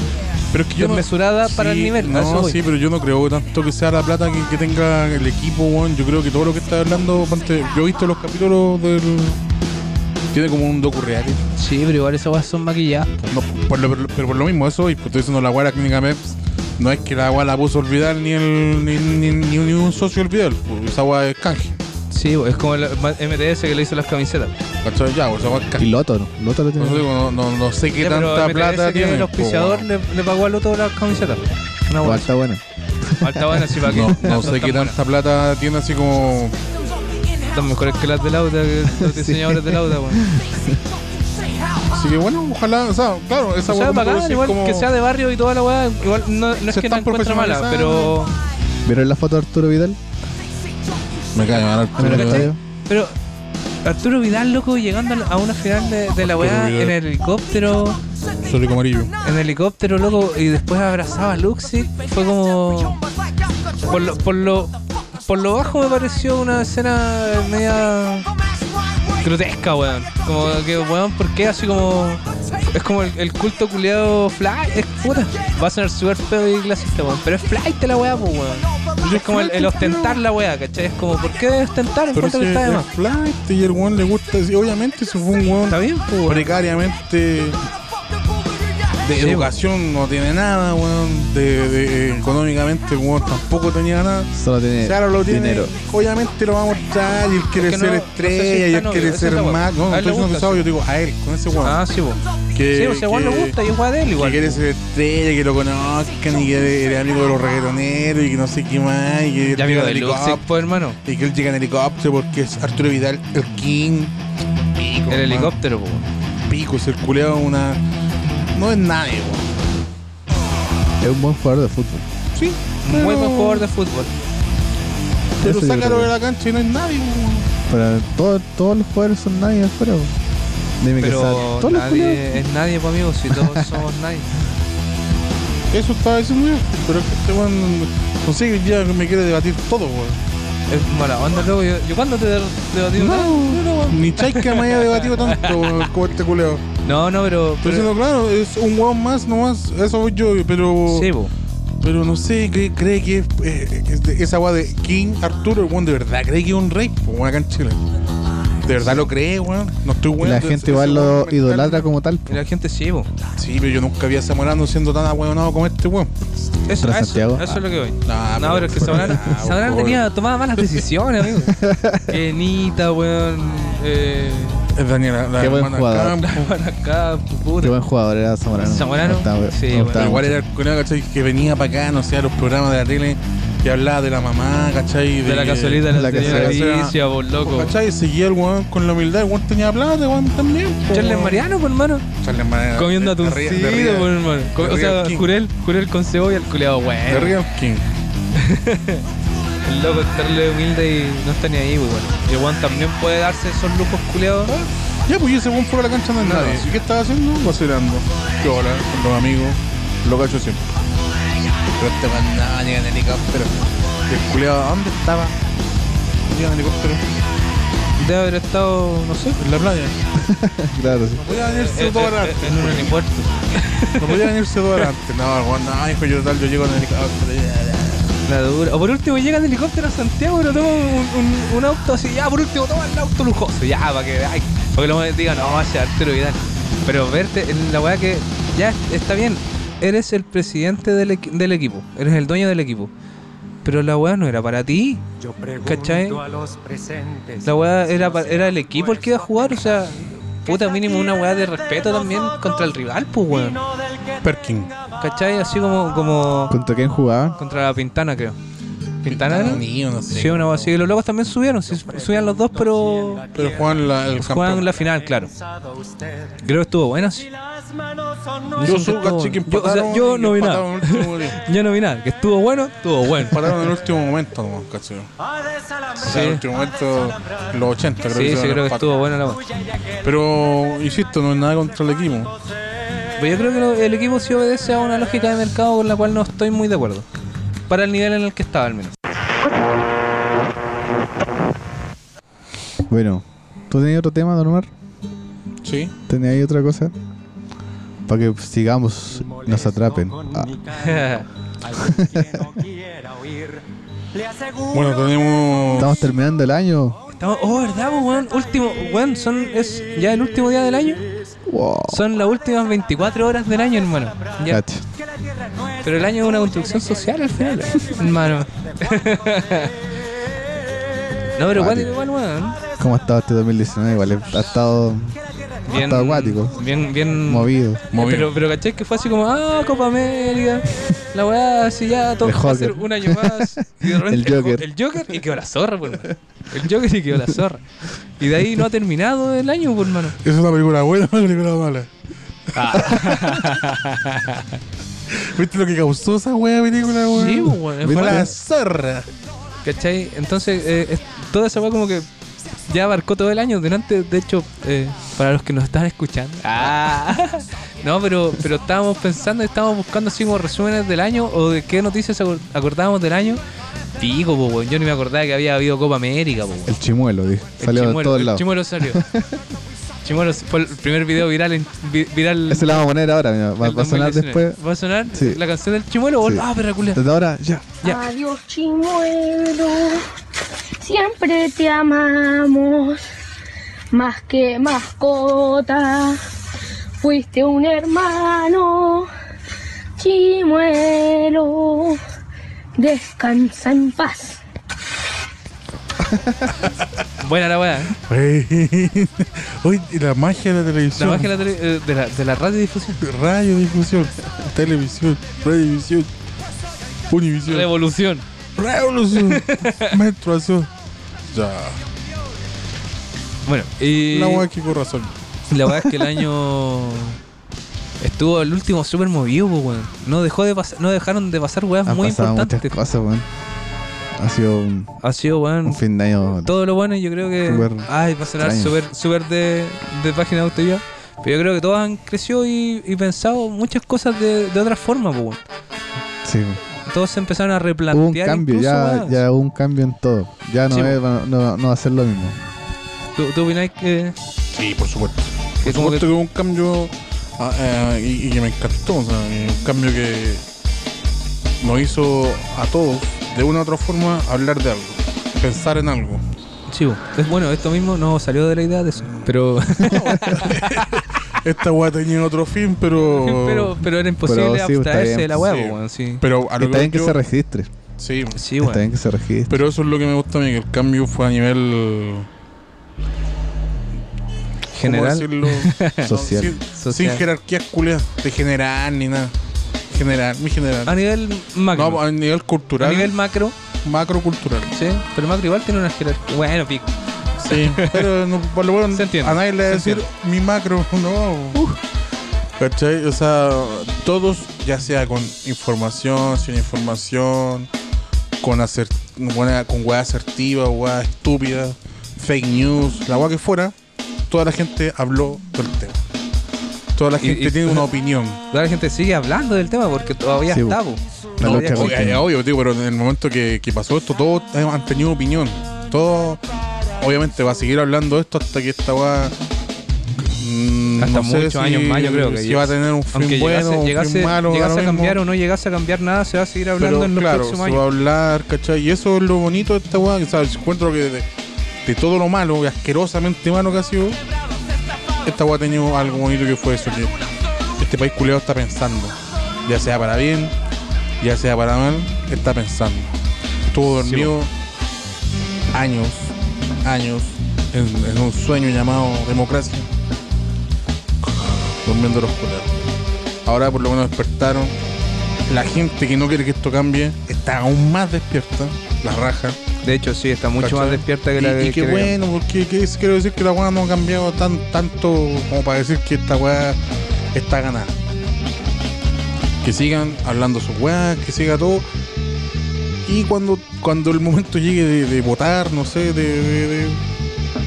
Speaker 1: Pero es que yo no-
Speaker 2: Desmesurada para el nivel, a eso
Speaker 1: No,
Speaker 2: voy.
Speaker 1: sí, pero yo no creo tanto que sea la plata que, que tenga el equipo, weón. Yo creo que todo lo que está hablando, ponte- yo he visto los capítulos del. Tiene como un docu reality.
Speaker 2: Sí, pero igual esas weas son maquilladas.
Speaker 1: No, por lo- pero por lo mismo, eso, y pues estoy diciendo la guara clínica MEPS, no es que la guara la puso a olvidar ni, el, ni, ni, ni- ni un socio olvidar, pues, esa guara es canje.
Speaker 2: Sí, bo, es como el MTS que le hizo las camisetas.
Speaker 1: ¿Cachai? Ya, pues, esa guara es
Speaker 3: Y
Speaker 1: canje.
Speaker 3: Loto, ¿no? Loto lo
Speaker 1: Por
Speaker 3: tiene.
Speaker 1: eso digo, no, no, no sé qué
Speaker 2: Ya, pero
Speaker 1: tanta
Speaker 2: MTS
Speaker 1: plata
Speaker 2: que
Speaker 1: tiene. Oh.
Speaker 2: El auspiciador le, le pagó a Loto las camisetas. Una
Speaker 3: Igual
Speaker 2: wea.
Speaker 3: está bueno.
Speaker 2: Falta buena, sí, para que.
Speaker 1: No, no sé qué tanta plata tiene así como.
Speaker 2: Están mejores que las de Lauda, que los diseñadores de Lauda, weón.
Speaker 1: Así que bueno, ojalá, o sea, claro, esa
Speaker 2: O Pues sea,
Speaker 1: guara como tú
Speaker 2: bacán,
Speaker 1: decís,
Speaker 2: igual
Speaker 1: como-
Speaker 2: que sea de barrio y toda la weá, igual no, no es
Speaker 1: Se
Speaker 2: que la
Speaker 1: están
Speaker 2: encuentre mala, pero.
Speaker 1: profesionalizando.
Speaker 3: ¿Vieron la foto de Arturo Vidal?
Speaker 1: Me cae, ganar
Speaker 3: En el
Speaker 2: ¿cachai?
Speaker 3: estadio.
Speaker 2: Pero Arturo Vidal, loco, llegando a la- a una final de, de la weá
Speaker 1: Vidal.
Speaker 2: en el helicóptero,
Speaker 1: Sólico amarillo.
Speaker 2: en el helicóptero, loco, y después abrazaba a Luxi, fue como. Por lo, por lo, por lo bajo me pareció una escena media grotesca, weón. Como que, weón, ¿por qué? Así como. Es como el, el culto culiado fly. Es puta. Va a sonar súper feo y clasista, weón. Pero es flight la weá, pues, weón. Es como el, el ostentar la weá, ¿cachai? Es como, ¿por qué ostentar?
Speaker 1: Pero
Speaker 2: Encuentro
Speaker 1: si
Speaker 2: que está de más.
Speaker 1: es flight y el weón le gusta, sí, obviamente, si fue un
Speaker 2: Está
Speaker 1: weón
Speaker 2: bien, pues, weón.
Speaker 1: precariamente. De
Speaker 2: Sí,
Speaker 1: educación no tiene nada, weón. De, de- económicamente, el weón tampoco tenía nada.
Speaker 3: Solo tiene
Speaker 1: Si ahora lo tiene,
Speaker 3: dinero.
Speaker 1: obviamente lo va a mostrar. Y él quiere
Speaker 2: que no-
Speaker 1: ser
Speaker 2: no sé si
Speaker 1: estrella,
Speaker 2: está
Speaker 1: y él
Speaker 2: novio,
Speaker 1: quiere
Speaker 2: esa
Speaker 1: ser
Speaker 2: es la weá.
Speaker 1: más. No, no
Speaker 2: A él le
Speaker 1: estoy diciendo
Speaker 2: gusta,
Speaker 1: sábado, yo digo a él, con ese weón.
Speaker 2: Ah, sí, weón.
Speaker 1: que,
Speaker 2: Sí, o sea, igual le
Speaker 1: que-
Speaker 2: gusta y es weá de él
Speaker 1: Que
Speaker 2: igual.
Speaker 1: quiere ser estrella, que lo conozcan, y que era amigo de los reggaetoneros, y que no sé qué más, y que
Speaker 2: Ya
Speaker 1: llega
Speaker 2: amigo
Speaker 1: en
Speaker 2: de Luxi,
Speaker 1: helicóptero,
Speaker 2: pues, hermano.
Speaker 1: y que él llega en helicóptero porque es Arturo Vidal, el king. Pico,
Speaker 2: El
Speaker 1: man.
Speaker 2: helicóptero, pues, weón.
Speaker 1: Pico, es el culeado una. No es nadie, weón.
Speaker 3: Es un buen jugador de fútbol.
Speaker 1: Sí.
Speaker 2: Un muy buen jugador de fútbol.
Speaker 1: Pero
Speaker 3: Eso yo
Speaker 1: sácalo
Speaker 3: creo.
Speaker 1: de la cancha y no es nadie, weón.
Speaker 3: Pero todo- todos los jugadores son nadie afuera. bo. Dime que sea.
Speaker 2: Pero
Speaker 3: Todos los jugadores.
Speaker 2: nadie es nadie, pues, amigo. Si todos somos nadie.
Speaker 1: Eso estaba diciendo yo. Pero es que este weón. No sé, hoy día me quiere debatir todo, weón.
Speaker 2: Es mala onda, loco. Yo, yo cuando te debatí
Speaker 1: No, Ni Chaika me haya debatido tanto, weón, como este culeado.
Speaker 2: No, no, pero.
Speaker 1: Pero
Speaker 2: pero
Speaker 1: diciendo, claro, es un weón más nomás, eso voy yo, pero.
Speaker 2: sí, pues, po.
Speaker 1: Pero no sé, ¿cree, cree que es, eh, es de- esa weá de King Arturo, el weón de verdad cree que es un rey, po, weón, acá en Chile. De verdad lo cree, weón. No estoy
Speaker 3: Y
Speaker 1: weón.
Speaker 3: la gente igual lo idolatra como tal.
Speaker 2: Y la gente sí, pues. po.
Speaker 1: Sí, pero yo nunca vi a Zamorano siendo tan ahueonado como este weón.
Speaker 2: Eso,
Speaker 3: Tras
Speaker 2: a eso,
Speaker 3: Santiago.
Speaker 2: a eso es lo que voy.
Speaker 1: Nah,
Speaker 2: No, pero es que Sabrán,
Speaker 1: nah,
Speaker 2: Sabrán
Speaker 1: ah, por-
Speaker 2: tenía, tomaba malas decisiones, amigo. Enita, weón. Eh,
Speaker 1: Es Daniela, la
Speaker 3: Qué buen
Speaker 1: hermana
Speaker 3: jugador.
Speaker 1: Campo.
Speaker 2: para acá,
Speaker 3: Qué
Speaker 2: puta.
Speaker 3: buen jugador era Zamorano.
Speaker 2: Zamorano,
Speaker 3: No estaba-
Speaker 2: sí,
Speaker 3: no
Speaker 2: bueno.
Speaker 1: Pero
Speaker 3: estaba
Speaker 1: igual
Speaker 3: mucho.
Speaker 1: era el culiao, ¿cachai? Que venía para acá, no sé, a los programas de la tele, que hablaba de la mamá, ¿cachai?
Speaker 2: De la casualidad
Speaker 3: de
Speaker 2: de la,
Speaker 3: la
Speaker 2: tenía la
Speaker 1: casualidad.
Speaker 2: Alicia, por loco.
Speaker 1: ¿Cachai? Seguía el weón con la humildad, el weón tenía plata, weón también. po,
Speaker 2: Charles
Speaker 1: weón.
Speaker 2: Mariano, por hermano.
Speaker 1: Charles Mariano.
Speaker 2: Comiendo
Speaker 1: De- de Ría- de
Speaker 2: atuncido,
Speaker 1: Ría-
Speaker 2: por hermano. Co-
Speaker 1: de
Speaker 2: O sea,
Speaker 1: Real King.
Speaker 2: Jurel, Jurel con cebolla, el culeado,
Speaker 1: De
Speaker 2: weón.
Speaker 1: Real King.
Speaker 2: El loco estarle humilde y no está ni ahí, weón. Y el weón también puede darse esos lujos culeados.
Speaker 1: Ya, pues yo ese buen fuera de la cancha no es
Speaker 2: No,
Speaker 1: nadie.
Speaker 2: no.
Speaker 1: ¿Y qué estaba haciendo? Vacilando. Qué hola, con los amigos. Lo cacho siempre. Pero este man nada, llega en helicóptero. Y el culiado, ¿a ¿dónde estaba? Llega en helicóptero.
Speaker 2: Debe haber estado, no sé,
Speaker 1: En la playa.
Speaker 3: Claro, sí.
Speaker 1: No podía venirse
Speaker 2: en,
Speaker 1: todo adelante.
Speaker 2: en un aeropuerto.
Speaker 1: No podía venirse todo adelante. No, el weón, no, hijo, yo tal, yo llego en helicóptero.
Speaker 2: La dura. O por último llega en helicóptero a Santiago, pero toma un, un- un auto así, ya por último toma el auto lujoso, ya, para que, ay, para que los digan, no, ese Arturo Vidal. Pero verte en la weá que, ya, está bien, eres el presidente del, equi- del equipo, eres el dueño del equipo. pero la weá no era para ti.
Speaker 4: Yo pregunto
Speaker 2: ¿Cachai?
Speaker 4: a los presentes.
Speaker 2: La weá era, pa- era el equipo el que iba a jugar, o sea, puta mínimo una weá de respeto también contra el rival, pues weón.
Speaker 1: Perkin.
Speaker 2: ¿Cachai? Así como, como
Speaker 3: ¿Contra quién jugaban?
Speaker 2: contra la Pintana, creo. ¿Pintana? era?
Speaker 1: Mío, no sé.
Speaker 2: Sí, una weá así. Y los locos también subieron, sí, subían los dos, pero
Speaker 1: Pero juegan la, el
Speaker 2: jugaban
Speaker 1: campeón.
Speaker 2: la final, claro. Creo que estuvo buena, sí.
Speaker 1: Yo
Speaker 2: Dicen que
Speaker 1: subo
Speaker 2: estuvo
Speaker 1: caché que
Speaker 2: bueno. Yo, o
Speaker 1: empataron
Speaker 2: sea, yo
Speaker 1: y
Speaker 2: no vi nada.
Speaker 1: empataron en el último minuto.
Speaker 2: Yo no vi nada. Que estuvo bueno, estuvo bueno.
Speaker 1: Empataron en el último momento, nomás, caché. O sea, en el último momento, los 80, creo
Speaker 2: Sí,
Speaker 1: que
Speaker 2: sí,
Speaker 1: se van a
Speaker 2: creo que
Speaker 1: empatar.
Speaker 2: estuvo bueno la weá.
Speaker 1: Pero, insisto, no es nada contra el equipo.
Speaker 2: Pero yo creo que lo- el equipo sí obedece a una lógica de mercado con la cual no estoy muy de acuerdo. Para el nivel en el que estaba, al menos.
Speaker 3: Bueno, ¿tú tenías otro tema, Don Omar?
Speaker 1: Sí.
Speaker 3: ¿Tenías ahí otra cosa? Para que sigamos, nos atrapen. Ah,
Speaker 1: Bueno, tenemos.
Speaker 3: estamos terminando el año.
Speaker 2: Estamos- oh, ¿verdad, po, weón? Último, weón, son, es ya el último día del año.
Speaker 3: Wow.
Speaker 2: Son las últimas 24 horas del año, hermano. Ya.
Speaker 3: Cacha.
Speaker 2: Pero el año es una construcción social al final, hermano. No, pero igual, igual, weón.
Speaker 3: ¿Cómo ha estado este 2019? Igual ha estado
Speaker 2: Bien,
Speaker 3: Está acuático.
Speaker 2: Bien, bien.
Speaker 3: movido.
Speaker 1: Movido.
Speaker 2: Pero, pero caché que fue así como, ah, Copa América, la weá, así ya, todo
Speaker 3: El
Speaker 2: va a ser
Speaker 3: Joker.
Speaker 2: un año más. Y de repente
Speaker 3: El Joker.
Speaker 2: El, Joker y quedó la zorra, por mano. El Joker y quedó la zorra. Y de ahí no ha terminado el año, pues, por mano.
Speaker 1: ¿Es una película buena o una película mala? ¿Viste lo que causó esa wea película, weón?
Speaker 2: Ah. Sí, weón,
Speaker 1: Fue
Speaker 2: fue
Speaker 1: la
Speaker 2: la-
Speaker 1: zorra.
Speaker 2: ¿Cachai? Entonces, eh, es- toda esa weá como que ya abarcó todo el año. Durante, de hecho, eh, para los que nos están escuchando. Ah. No, pero, pero estábamos pensando, estábamos buscando así como resúmenes del año o de qué noticias acor- acordábamos del año. Digo, po, weón, yo ni me acordaba que había habido Copa América, po, weón.
Speaker 3: El chimuelo, dije.
Speaker 2: El
Speaker 3: Salió de
Speaker 2: chimuelo,
Speaker 3: todos
Speaker 2: el
Speaker 3: lados.
Speaker 2: chimuelo salió. chimuelo fue el primer video viral. en- vi- viral
Speaker 3: Ese lo vamos a poner ahora, mira. Va,
Speaker 2: del
Speaker 3: va a sonar
Speaker 2: 2019.
Speaker 3: después.
Speaker 2: ¿Va a sonar
Speaker 3: Sí.
Speaker 2: la canción del chimuelo? o-
Speaker 3: Sí.
Speaker 2: Ah, perra culia.
Speaker 3: Desde ahora, ya.
Speaker 2: Ya.
Speaker 5: Adiós, chimuelo. Siempre te amamos. Más que mascota. Fuiste un hermano. Chimuelo. Descansa en paz.
Speaker 2: Buena la weá. ¿eh?
Speaker 1: Hoy la magia de la
Speaker 2: La
Speaker 1: televisión.
Speaker 2: magia de la, tele- eh, de la, de la radiodifusión.
Speaker 1: Radiodifusión, televisión, radiovisión, univisión,
Speaker 2: Revolución.
Speaker 1: revolución, menstruación. Ya.
Speaker 2: Bueno, y
Speaker 1: La wea que con razón.
Speaker 2: la weá es que el año estuvo el último súper movido, po, weón. No, dejó de pas- no dejaron de pasar weas
Speaker 3: Han
Speaker 2: muy
Speaker 3: pasado muchas
Speaker 2: importantes.
Speaker 3: cosas, weón. Ha sido un,
Speaker 2: Ha sido, weón,
Speaker 3: un fin de año.
Speaker 2: todo lo bueno yo creo que
Speaker 3: Súper
Speaker 2: ay va a sonar
Speaker 3: extraño.
Speaker 2: súper súper de, de página de autoridad pero yo creo que todos han crecido y, y pensado muchas cosas de, de otra forma pues weón.
Speaker 3: Sí, weón.
Speaker 2: todos se empezaron a replantear
Speaker 3: Hubo un cambio,
Speaker 2: incluso,
Speaker 3: ya,
Speaker 2: weón.
Speaker 3: ya hubo un cambio en todo. Ya no,
Speaker 2: Sí,
Speaker 3: es- no, no va a ser lo mismo.
Speaker 2: ¿Tú, tú opinás que,
Speaker 1: Sí, por supuesto.
Speaker 2: que
Speaker 1: Por
Speaker 2: como que
Speaker 1: supuesto que hubo un cambio ah, eh, y, y que me encantó, o sea, un cambio que nos hizo a todos, de una u otra forma, hablar de algo, pensar en algo.
Speaker 2: chivo es bueno esto mismo no salió de la idea de eso pero
Speaker 1: Esta weá tenía otro fin, pero.
Speaker 2: pero, pero era imposible
Speaker 3: Pero sí, está
Speaker 2: abstraerse
Speaker 3: bien.
Speaker 2: de la weá
Speaker 1: Sí.
Speaker 2: po, weón, sí
Speaker 1: pero a lo
Speaker 3: Está
Speaker 1: que
Speaker 3: bien que
Speaker 1: yo-
Speaker 3: se registre.
Speaker 1: Sí,
Speaker 2: sí
Speaker 3: Está
Speaker 2: weón.
Speaker 3: bien que se registre.
Speaker 1: Pero eso es lo que me gusta a mí, que el cambio fue a nivel ¿cómo
Speaker 2: general
Speaker 1: decirlo? No,
Speaker 3: Social.
Speaker 1: sin,
Speaker 2: Social.
Speaker 1: sin jerarquías culias de general ni nada. General, mi general.
Speaker 2: a nivel macro
Speaker 1: no, a nivel cultural,
Speaker 2: a nivel macro
Speaker 1: macrocultural.
Speaker 2: sí pero macro igual tiene una jerarquía bueno pico
Speaker 1: Sí, pero no, por lo bueno,
Speaker 2: Se entiende,
Speaker 1: a nadie le va a
Speaker 2: se
Speaker 1: decir mi macro, no. ¿Cachai? O sea, todos, ya sea con información, sin información, con, acer- buena- con weá asertiva, weá estúpida, fake news, la weá que fuera, toda la gente habló del tema. Toda la
Speaker 2: Y-
Speaker 1: gente
Speaker 2: y-
Speaker 1: tiene una opinión.
Speaker 2: Toda la gente sigue hablando del tema porque todavía
Speaker 3: Sí,
Speaker 2: está,
Speaker 3: bo.
Speaker 2: bo.
Speaker 3: La
Speaker 1: No,
Speaker 3: lucha
Speaker 1: obvio,
Speaker 3: continua.
Speaker 1: eh, obvio, tío, pero en el momento que, que pasó esto, todos han tenido opinión. Todo, obviamente, va a seguir hablando esto hasta que esta va.
Speaker 2: Hasta muchos años más, yo creo que
Speaker 1: Si
Speaker 2: ya-
Speaker 1: va a tener un fin
Speaker 2: Aunque
Speaker 1: bueno,
Speaker 2: llegase,
Speaker 1: un
Speaker 2: llegase-
Speaker 1: fin malo, da
Speaker 2: llegase
Speaker 1: lo
Speaker 2: a
Speaker 1: mismo.
Speaker 2: cambiar o no llegase a cambiar nada, se va a seguir hablando
Speaker 1: Pero,
Speaker 2: en los
Speaker 1: claro,
Speaker 2: próximos
Speaker 1: se va a
Speaker 2: años.
Speaker 1: hablar, ¿cachai? Y eso es lo bonito de esta weá, que ¿sabes? encuentro que de, de todo lo malo, y asquerosamente malo que ha sido, esta weá ha tenido algo bonito que fue eso, que este país culeado está pensando, ya sea para bien, ya sea para mal, está pensando. estuvo dormido años, años, en, en un sueño llamado democracia, durmiendo los culeros. Ahora por lo menos despertaron. La gente que no quiere que esto cambie está aún más despierta, la raja.
Speaker 2: De hecho, sí, está mucho
Speaker 1: ¿cachai?
Speaker 2: más despierta que la
Speaker 1: y,
Speaker 2: que
Speaker 1: y qué
Speaker 2: que-
Speaker 1: bueno, porque que es- quiero decir que la weá no ha cambiado tan, tanto como para decir que esta weá está ganada. Que sigan hablando sus weá, que siga todo. Y cuando, cuando el momento llegue de, de votar, no sé, de, de- de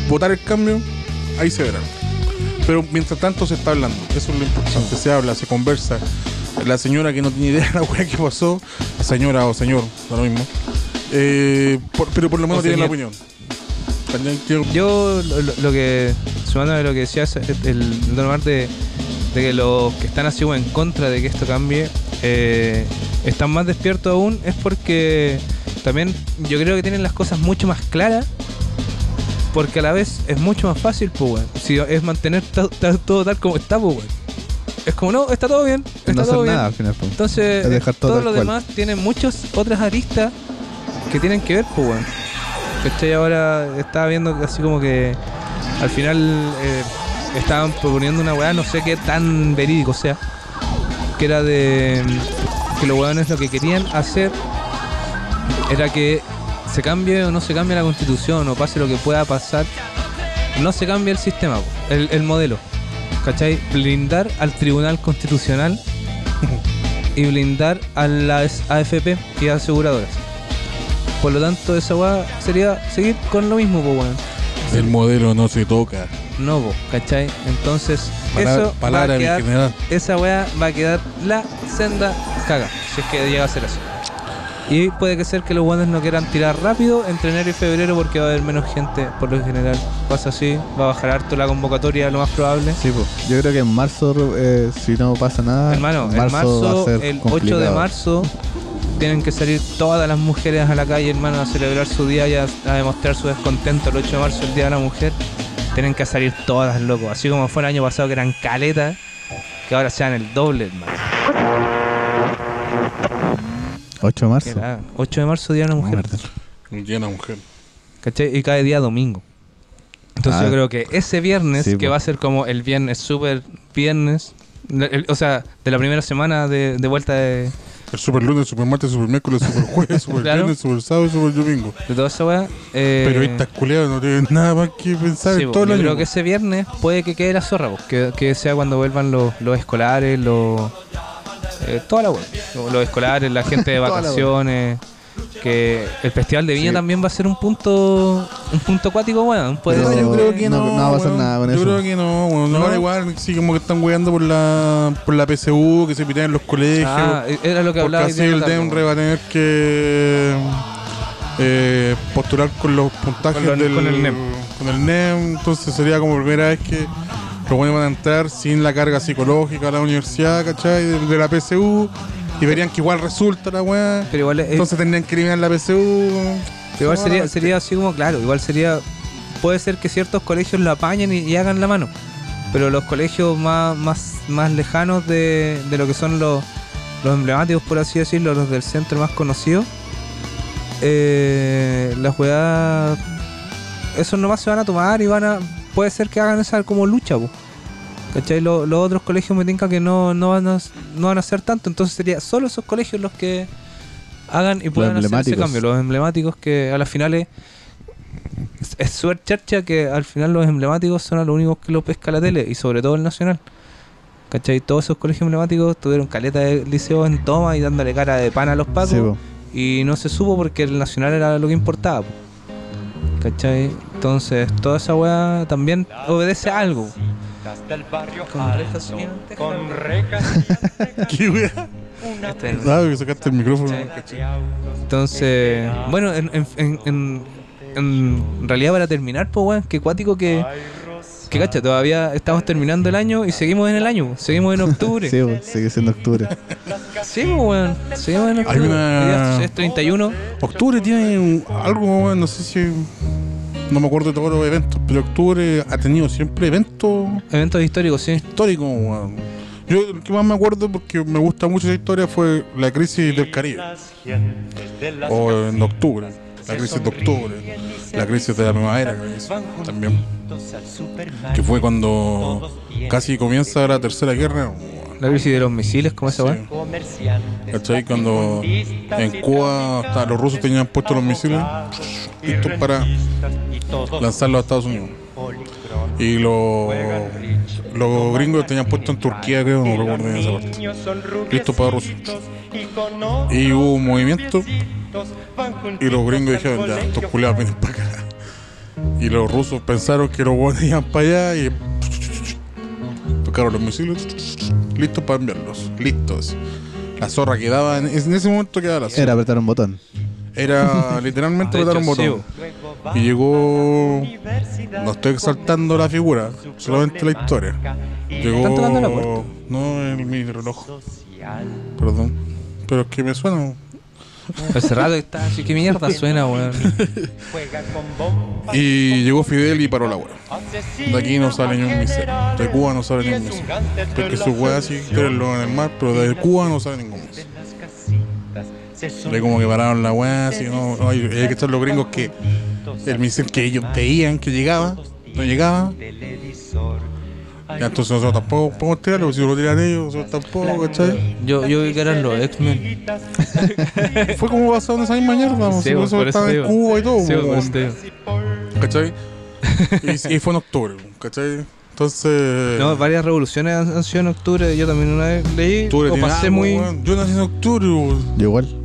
Speaker 1: votar el cambio, ahí se verá. Pero mientras tanto se está hablando, eso es lo importante, se habla, se conversa. La señora que no tiene idea de la weá que pasó, señora o señor, da lo mismo. Eh, por- pero por lo menos
Speaker 2: O
Speaker 1: tiene la
Speaker 2: señor.
Speaker 1: opinión. También quiero-
Speaker 2: Yo lo, lo- lo que, sumando a lo que decías, el Don Omar, de, de que los que están así o en contra de que esto cambie, eh, están más despiertos aún, es porque también yo creo que tienen las cosas mucho más claras, porque a la vez es mucho más fácil, pues, weón. Si es mantener ta- ta- todo tal como está, pues, weón. Es como, no, está todo bien, está
Speaker 3: no hacer
Speaker 2: todo bien.
Speaker 3: nada al final. po.
Speaker 2: Entonces,
Speaker 3: Es dejar todo
Speaker 2: todo,
Speaker 3: tal
Speaker 2: lo
Speaker 3: cual.
Speaker 2: demás tiene muchas otras aristas que tienen que ver, pues, weón. ¿Cachai? Ahora estaba viendo así como que al final eh, estaban proponiendo una weá, no sé qué tan verídico sea, que era de mm, que los weones lo que querían hacer era que se cambie o no se cambie la constitución o pase lo que pueda pasar, no se cambie el sistema, po, el, el modelo. ¿Cachai? Blindar al Tribunal Constitucional y blindar a las AFP y aseguradoras. Por lo tanto, esa weá sería seguir con lo mismo, po, weón.
Speaker 1: El modelo no se toca.
Speaker 2: No, po, ¿cachai? Entonces,
Speaker 1: Palabra-
Speaker 2: eso
Speaker 1: palabra
Speaker 2: va a
Speaker 1: del
Speaker 2: quedar,
Speaker 1: general.
Speaker 2: esa weá va a quedar la senda caga, si es que llega a ser así. Y puede que ser que los guantes no quieran tirar rápido entre enero y febrero porque va a haber menos gente, por lo general. Pasa así, va a bajar harto la convocatoria, lo más probable.
Speaker 3: Sí, po. Yo creo que en marzo, eh, si no pasa nada,
Speaker 2: Hermano,
Speaker 3: marzo
Speaker 2: el,
Speaker 3: va a
Speaker 2: marzo,
Speaker 3: ser
Speaker 2: el 8 de
Speaker 3: complicado.
Speaker 2: marzo tienen que salir todas las mujeres a la calle, hermano, a celebrar su día y a, a demostrar su descontento. El 8 de marzo, el Día de la Mujer, tienen que salir todas, loco. Así como fue el año pasado que eran caletas, que ahora sean el doble, hermano.
Speaker 3: 8 de
Speaker 2: Que
Speaker 3: marzo.
Speaker 2: la- 8 de marzo, Día de la
Speaker 3: Vamos a
Speaker 2: Mujer.
Speaker 3: perder.
Speaker 1: Llena mujer.
Speaker 2: ¿Cachai? Y cae día domingo. Entonces
Speaker 3: Ah.
Speaker 2: yo creo que ese viernes,
Speaker 3: Sí,
Speaker 2: que
Speaker 3: po.
Speaker 2: va a ser como el viernes, súper viernes, el- el- o sea, de la primera semana de, de vuelta de,
Speaker 1: El super lunes, super martes, super miércoles, super jueves, super
Speaker 2: Claro.
Speaker 1: viernes, super sábado, super domingo.
Speaker 2: de toda esa weá. eh,
Speaker 1: Pero estas culiadas no tienen nada más que pensar
Speaker 2: Sí,
Speaker 1: en
Speaker 2: po,
Speaker 1: todo el
Speaker 2: yo
Speaker 1: año.
Speaker 2: creo que ese viernes puede que quede la zorra, po, que, que sea cuando vuelvan los, los escolares, los, eh, toda la web. Los los escolares, la gente de
Speaker 3: Toda la
Speaker 2: vacaciones, que el festival de viña
Speaker 3: Sí.
Speaker 2: también va a ser un punto un punto acuático, bueno, puede
Speaker 3: Pero-
Speaker 1: No, yo creo que
Speaker 3: no-
Speaker 1: no.
Speaker 3: no va a pasar
Speaker 1: weón.
Speaker 3: nada con
Speaker 1: yo
Speaker 3: eso.
Speaker 1: creo que no. weón. Ahora
Speaker 2: ¿No?
Speaker 1: igual sí como que están weando por la, por la PSU, que se pitean en los colegios.
Speaker 2: Ah, era lo
Speaker 1: porque
Speaker 2: que hablaba hoy
Speaker 1: así
Speaker 2: día en
Speaker 1: el
Speaker 2: la tarde,
Speaker 1: DEMRE
Speaker 2: bueno.
Speaker 1: va a tener que eh, postular con los puntajes
Speaker 2: Con lo-
Speaker 1: del,
Speaker 2: con el NEM.
Speaker 1: con el NEM. Entonces sería como primera vez que los buenos van a entrar sin la carga psicológica a la universidad, ¿cachai? De, de la PSU. Y verían que igual resulta la weá.
Speaker 2: Pero igual, es-
Speaker 1: Entonces tendrían que eliminar la PSU.
Speaker 2: Eh, igual
Speaker 1: No,
Speaker 2: sería,
Speaker 1: es que-
Speaker 2: sería así como, claro, igual sería, puede ser que ciertos colegios lo apañen y, y hagan la mano, pero los colegios más, más, más lejanos de, de lo que son los, los emblemáticos, por así decirlo, los del centro más conocidos, eh, las jugadas, esos nomás se van a tomar y van a, puede ser que hagan esa como lucha, po. ¿Cachai? Lo- los otros colegios me tinca que no, no, van a, no van a hacer tanto, entonces sería solo esos colegios los que hagan y puedan hacer ese
Speaker 3: emblemáticos.
Speaker 2: cambio, los emblemáticos que a las finales es- es súper charcha que al final los emblemáticos son a los únicos que lo pesca la tele y sobre todo el nacional. ¿Cachai? Todos esos colegios emblemáticos tuvieron caleta de liceos en toma y dándole cara de pan a los pacos
Speaker 3: Sí, po.
Speaker 2: y no se supo porque el nacional era lo que importaba. po. ¿Cachai? Entonces, toda esa weá también obedece a algo.
Speaker 4: Hasta el barrio
Speaker 2: Con
Speaker 4: alto,
Speaker 2: rejas gigantes,
Speaker 4: con
Speaker 2: Javier.
Speaker 4: rejas gigantes,
Speaker 1: ¿Qué weá?
Speaker 4: una
Speaker 2: Este es-
Speaker 1: Sabes que sacaste el micrófono.
Speaker 4: torreta de autos.
Speaker 2: Entonces, bueno, en, en, en- en- en realidad para terminar, pues weón, que cuático que,
Speaker 4: Ay, Rosa,
Speaker 2: que cacha, todavía estamos terminando el año y seguimos en el año, seguimos en octubre.
Speaker 3: Sí, po, sigue siendo octubre.
Speaker 4: las casas
Speaker 2: Sí, pues, weón. Seguimos en octubre.
Speaker 1: Hay una-
Speaker 2: Hoy día Es 31.
Speaker 1: Octubre tiene un- algo, weón, no sé si. No me acuerdo de todos los eventos, pero octubre ha tenido siempre eventos
Speaker 2: Eventos históricos, sí.
Speaker 1: históricos, weón. Yo el que más me acuerdo, porque me gusta mucho esa historia, fue la crisis del Caribe. O en octubre. La crisis de octubre. La crisis de la primavera, creo que es, también. Que fue cuando casi comienza la tercera guerra.
Speaker 2: La crisis de los misiles, ¿cómo se va?
Speaker 1: Sí. ¿Cachai? Cuando en Cuba hasta los rusos tenían puestos los misiles listos para lanzarlos a Estados Unidos. Y los, los gringos tenían puesto en Turquía, creo, no recuerdo bien esa parte. Listo para rusos. Y hubo un movimiento y los gringos dijeron, ya, estos culiados vienen para acá. Y los rusos pensaron que los buenos iban para allá y tocaron los misiles, listos para enviarlos, listos. La zorra quedaba, en, en ese momento quedaba la zorra.
Speaker 3: Era apretar un botón.
Speaker 1: Era literalmente
Speaker 2: De
Speaker 1: apretar
Speaker 2: hecho,
Speaker 1: un botón. Y llegó. No estoy exaltando la figura, solamente la historia.
Speaker 2: ¿Están tocando la puerta?
Speaker 1: Llegó. No, el, mi reloj. Perdón. Pero es que me suena.
Speaker 2: Hace rato que está así, ¿qué mierda suena, weón?
Speaker 1: Y llegó Fidel y paró la hueá. De aquí no sale ni un misil. De Cuba no sale ni un misil. Porque sus weas sí lo en el mar, pero de Cuba no sale ningún misil. Le como que pararon la weá, así no, no, hay, hay que estar los gringos que el misil que ellos veían que llegaba, no llegaba. Ya, entonces nosotros tampoco podemos tirarlo, porque si lo tiran ellos, nosotros tampoco, ¿cachai?
Speaker 2: Yo, yo vi que eran los X-Men.
Speaker 1: Fue como basado en esa misma mierda, si
Speaker 2: Sí,
Speaker 1: por
Speaker 2: pues,
Speaker 1: eso
Speaker 2: por eso
Speaker 1: estaba
Speaker 2: te
Speaker 1: en
Speaker 2: digo.
Speaker 1: Cuba y todo,
Speaker 2: Sí,
Speaker 1: pues,
Speaker 2: por
Speaker 1: weón.
Speaker 2: eso te digo.
Speaker 1: ¿cachai? Y, y fue en octubre, ¿cachai? Entonces.
Speaker 2: No, varias revoluciones han, han sido en octubre. Yo también una vez leí
Speaker 1: octubre
Speaker 2: o
Speaker 1: tiene
Speaker 2: pasé
Speaker 1: algo,
Speaker 2: muy
Speaker 1: weón. Yo nací en octubre, weón.
Speaker 3: Yo igual.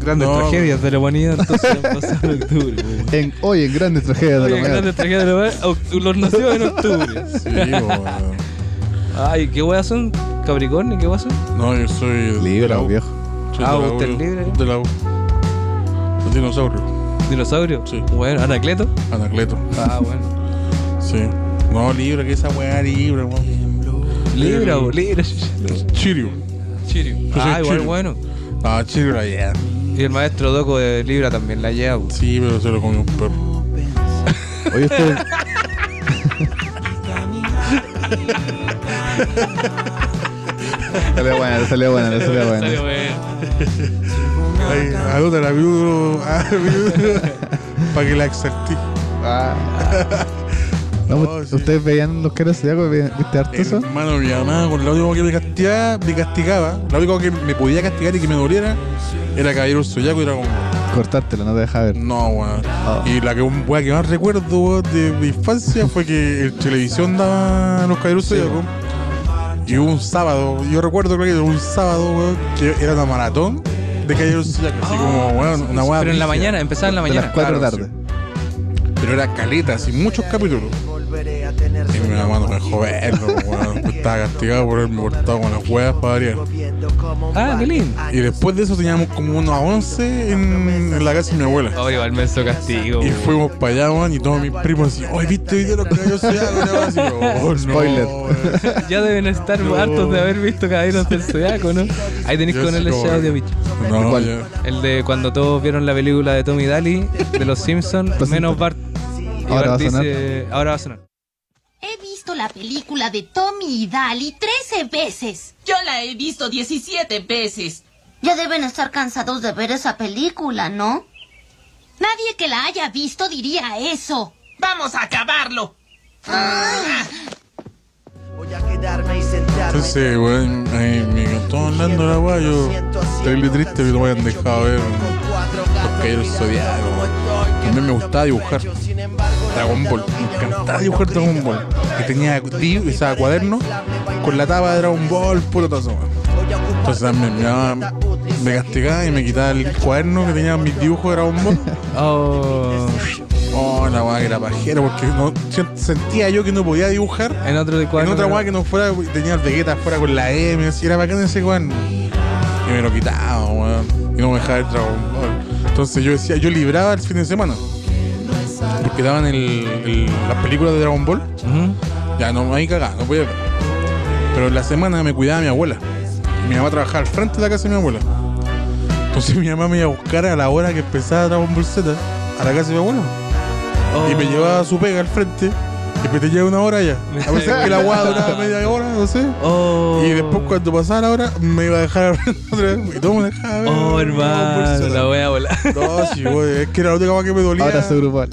Speaker 2: grandes
Speaker 1: No,
Speaker 2: tragedias de la humanidad. Entonces han pasado en octubre. weón.
Speaker 3: En, hoy en grandes tragedias de la
Speaker 2: Oye,
Speaker 3: humanidad.
Speaker 2: grandes tragedias de la humanidad. oct- Los nacidos en octubre.
Speaker 1: Sí, weón.
Speaker 2: Ay, ¿qué weas son? ¿Capricornio? ¿Qué weas son?
Speaker 1: No, yo soy.
Speaker 3: Libre,
Speaker 1: la U.
Speaker 3: viejo.
Speaker 1: Soy
Speaker 2: Ah,
Speaker 1: de la
Speaker 2: usted
Speaker 1: U,
Speaker 2: es libre.
Speaker 1: De la U. Un dinosaurio.
Speaker 2: ¿Dinosaurio?
Speaker 1: Sí.
Speaker 2: Bueno, ¿Anacleto?
Speaker 1: Anacleto.
Speaker 2: Ah, bueno.
Speaker 1: Sí. No, Libra, que esa weá Libra, weón.
Speaker 2: Libra, o Libra.
Speaker 1: Chirio.
Speaker 2: Chirio.
Speaker 1: Yo soy
Speaker 2: Ah, igual,
Speaker 1: Chirio.
Speaker 2: bueno.
Speaker 1: Ah, Chirio la lleva.
Speaker 2: Y el maestro Doco de Libra también la lleva. weón.
Speaker 1: Sí, pero se lo comió un perro.
Speaker 3: Oye, ustedes. salió buena, salió buena, salió buena.
Speaker 1: Ay, anota la viuda. Ah, viuda. Para que la exercí.
Speaker 3: Ah. No, pues,
Speaker 1: No, sí.
Speaker 3: ustedes veían los que era Santiago, veían- ¿viste harto
Speaker 1: El
Speaker 3: eso?
Speaker 1: hermano de mi mamá, con lo único que me castigaba, me castigaba. Lo único que me podía castigar y que me doliera era Caballero Soyaco y Dragon Ball.
Speaker 3: Cortártelo, no te dejaba ver.
Speaker 1: No, weón.
Speaker 2: Ah.
Speaker 1: Y la que, weá que más recuerdo weón, de mi infancia fue que en televisión daba los caballeros Zodíaco. Y hubo un sábado, yo recuerdo creo que hubo un sábado, weón, que era una maratón de caballeros Zodíaco. Así como, weón, una weá.
Speaker 2: Ah, Pero en
Speaker 1: brígida.
Speaker 2: la mañana, empezaba en la
Speaker 3: De
Speaker 2: mañana.
Speaker 3: las 4 de la
Speaker 1: claro,
Speaker 3: tarde.
Speaker 1: Pero era caleta, así muchos capítulos. Y mi mamá no me dejó verlo, weón. pues, Estaba castigado por haberme portado con las weas para variar.
Speaker 2: Ah, qué lindo.
Speaker 1: Y después de eso teníamos como unos 11 en, en la casa de mi abuela.
Speaker 2: Oh, igual me hizo castigo.
Speaker 1: Y
Speaker 2: weón.
Speaker 1: fuimos para allá, weón, y todos mis primos así, ¡Ay, viste video lo que yo soy! Así, oh, no,
Speaker 3: Spoiler.
Speaker 1: weón.
Speaker 2: Ya deben estar
Speaker 1: No.
Speaker 2: hartos de haber visto Caballeros del Zodiaco, ¿no? Ahí tenéis
Speaker 1: Yo
Speaker 2: que ponerle
Speaker 1: sí,
Speaker 2: ese
Speaker 1: como-
Speaker 2: audio, bicho.
Speaker 1: No,
Speaker 3: ¿Cuál?
Speaker 1: ya.
Speaker 2: El de cuando todos vieron la película de Tommy Daly, de los Simpsons, menos Bart. Y Bart
Speaker 3: Ahora va a sonar.
Speaker 2: dice, ahora va a sonar.
Speaker 6: He visto la película de Tommy y Dali 13 veces.
Speaker 7: Yo la he visto 17 veces.
Speaker 6: Ya deben estar cansados de ver esa película, ¿no? Nadie que la haya visto diría eso.
Speaker 7: Vamos a acabarlo.
Speaker 8: Voy a quedarme y sentarme.
Speaker 1: Entonces, weón, ahí me encantó hablando la weá, yo terrible triste que no me hayan dejado ver los caballeros zodiacos. También me gustaba dibujar Dragon Ball, me encantaba dibujar Dragon Ball. Que tenía di- o sea, cuaderno con la tapa de Dragon Ball, puro tazo, weón. Entonces también mi mamá me castigaba y me quitaba el cuaderno que tenía mis dibujos de Dragon Ball.
Speaker 2: Oh,
Speaker 1: Oh, la weá que era pajera, porque no, se- sentía yo que no podía dibujar.
Speaker 2: en otro de
Speaker 1: En
Speaker 2: cuadro.
Speaker 1: otra weá que no fuera, tenía el Vegeta fuera con la M, así era bacán ese weón. Y me lo quitaba, weón. Y no me dejaba el Dragon Ball. Entonces yo decía, yo libraba el fin de semana. Porque daban el, el- las películas de Dragon Ball.
Speaker 2: Ujú.
Speaker 1: Ya no me cagaba, no podía ver. Pero en la semana me cuidaba mi abuela. Y mi mamá trabajaba al frente de la casa de mi abuela. Entonces mi mamá me iba a buscar a la hora que empezaba Dragon Ball Z a la casa de mi abuela.
Speaker 2: Oh.
Speaker 1: Y me llevaba a su pega al frente Después te lleva una hora ya. A veces que la guada duraba media hora, no sé.
Speaker 2: Oh.
Speaker 1: Y después cuando pasara la hora, me iba a dejar abrir otra vez. Y todo me dejaba abrir.
Speaker 2: Oh, hermano, la
Speaker 1: No,
Speaker 2: voy a volar.
Speaker 1: no, sí, güey. Es que era la única cosa que me dolía.
Speaker 3: Ahora su grupal.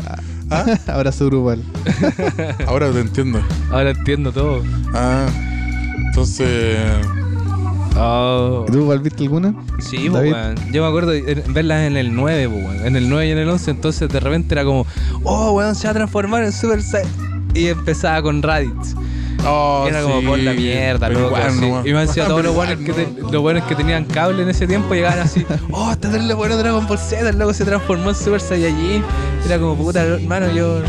Speaker 1: ¿Ah?
Speaker 3: Ahora su grupal.
Speaker 1: Ahora te entiendo.
Speaker 2: Ahora entiendo todo.
Speaker 1: Ah. Entonces.
Speaker 2: Oh.
Speaker 3: ¿Y ¿Tú Val, viste alguna?
Speaker 2: Sí, po,
Speaker 3: David.
Speaker 2: weón. Yo me acuerdo eh, verlas en el 9, po, weón. En el 9 y en el 11, entonces de repente era como, oh, weón, se va a transformar en Super Saiyan. Y empezaba con Raditz.
Speaker 1: Oh,
Speaker 2: era como por la
Speaker 1: sí.
Speaker 2: mierda,
Speaker 1: Pero
Speaker 2: loco.
Speaker 1: igual,
Speaker 2: así.
Speaker 1: no,
Speaker 2: y me decía,
Speaker 1: ah,
Speaker 2: todos
Speaker 1: pero
Speaker 2: los buenos,
Speaker 1: igual,
Speaker 2: que te-
Speaker 1: no.
Speaker 2: los buenos que tenían cable en ese tiempo llegaban así, oh, está terrible bueno Dragon Ball Z, el loco se transformó en Super Saiyajin. Era como, puta, hermano, yo.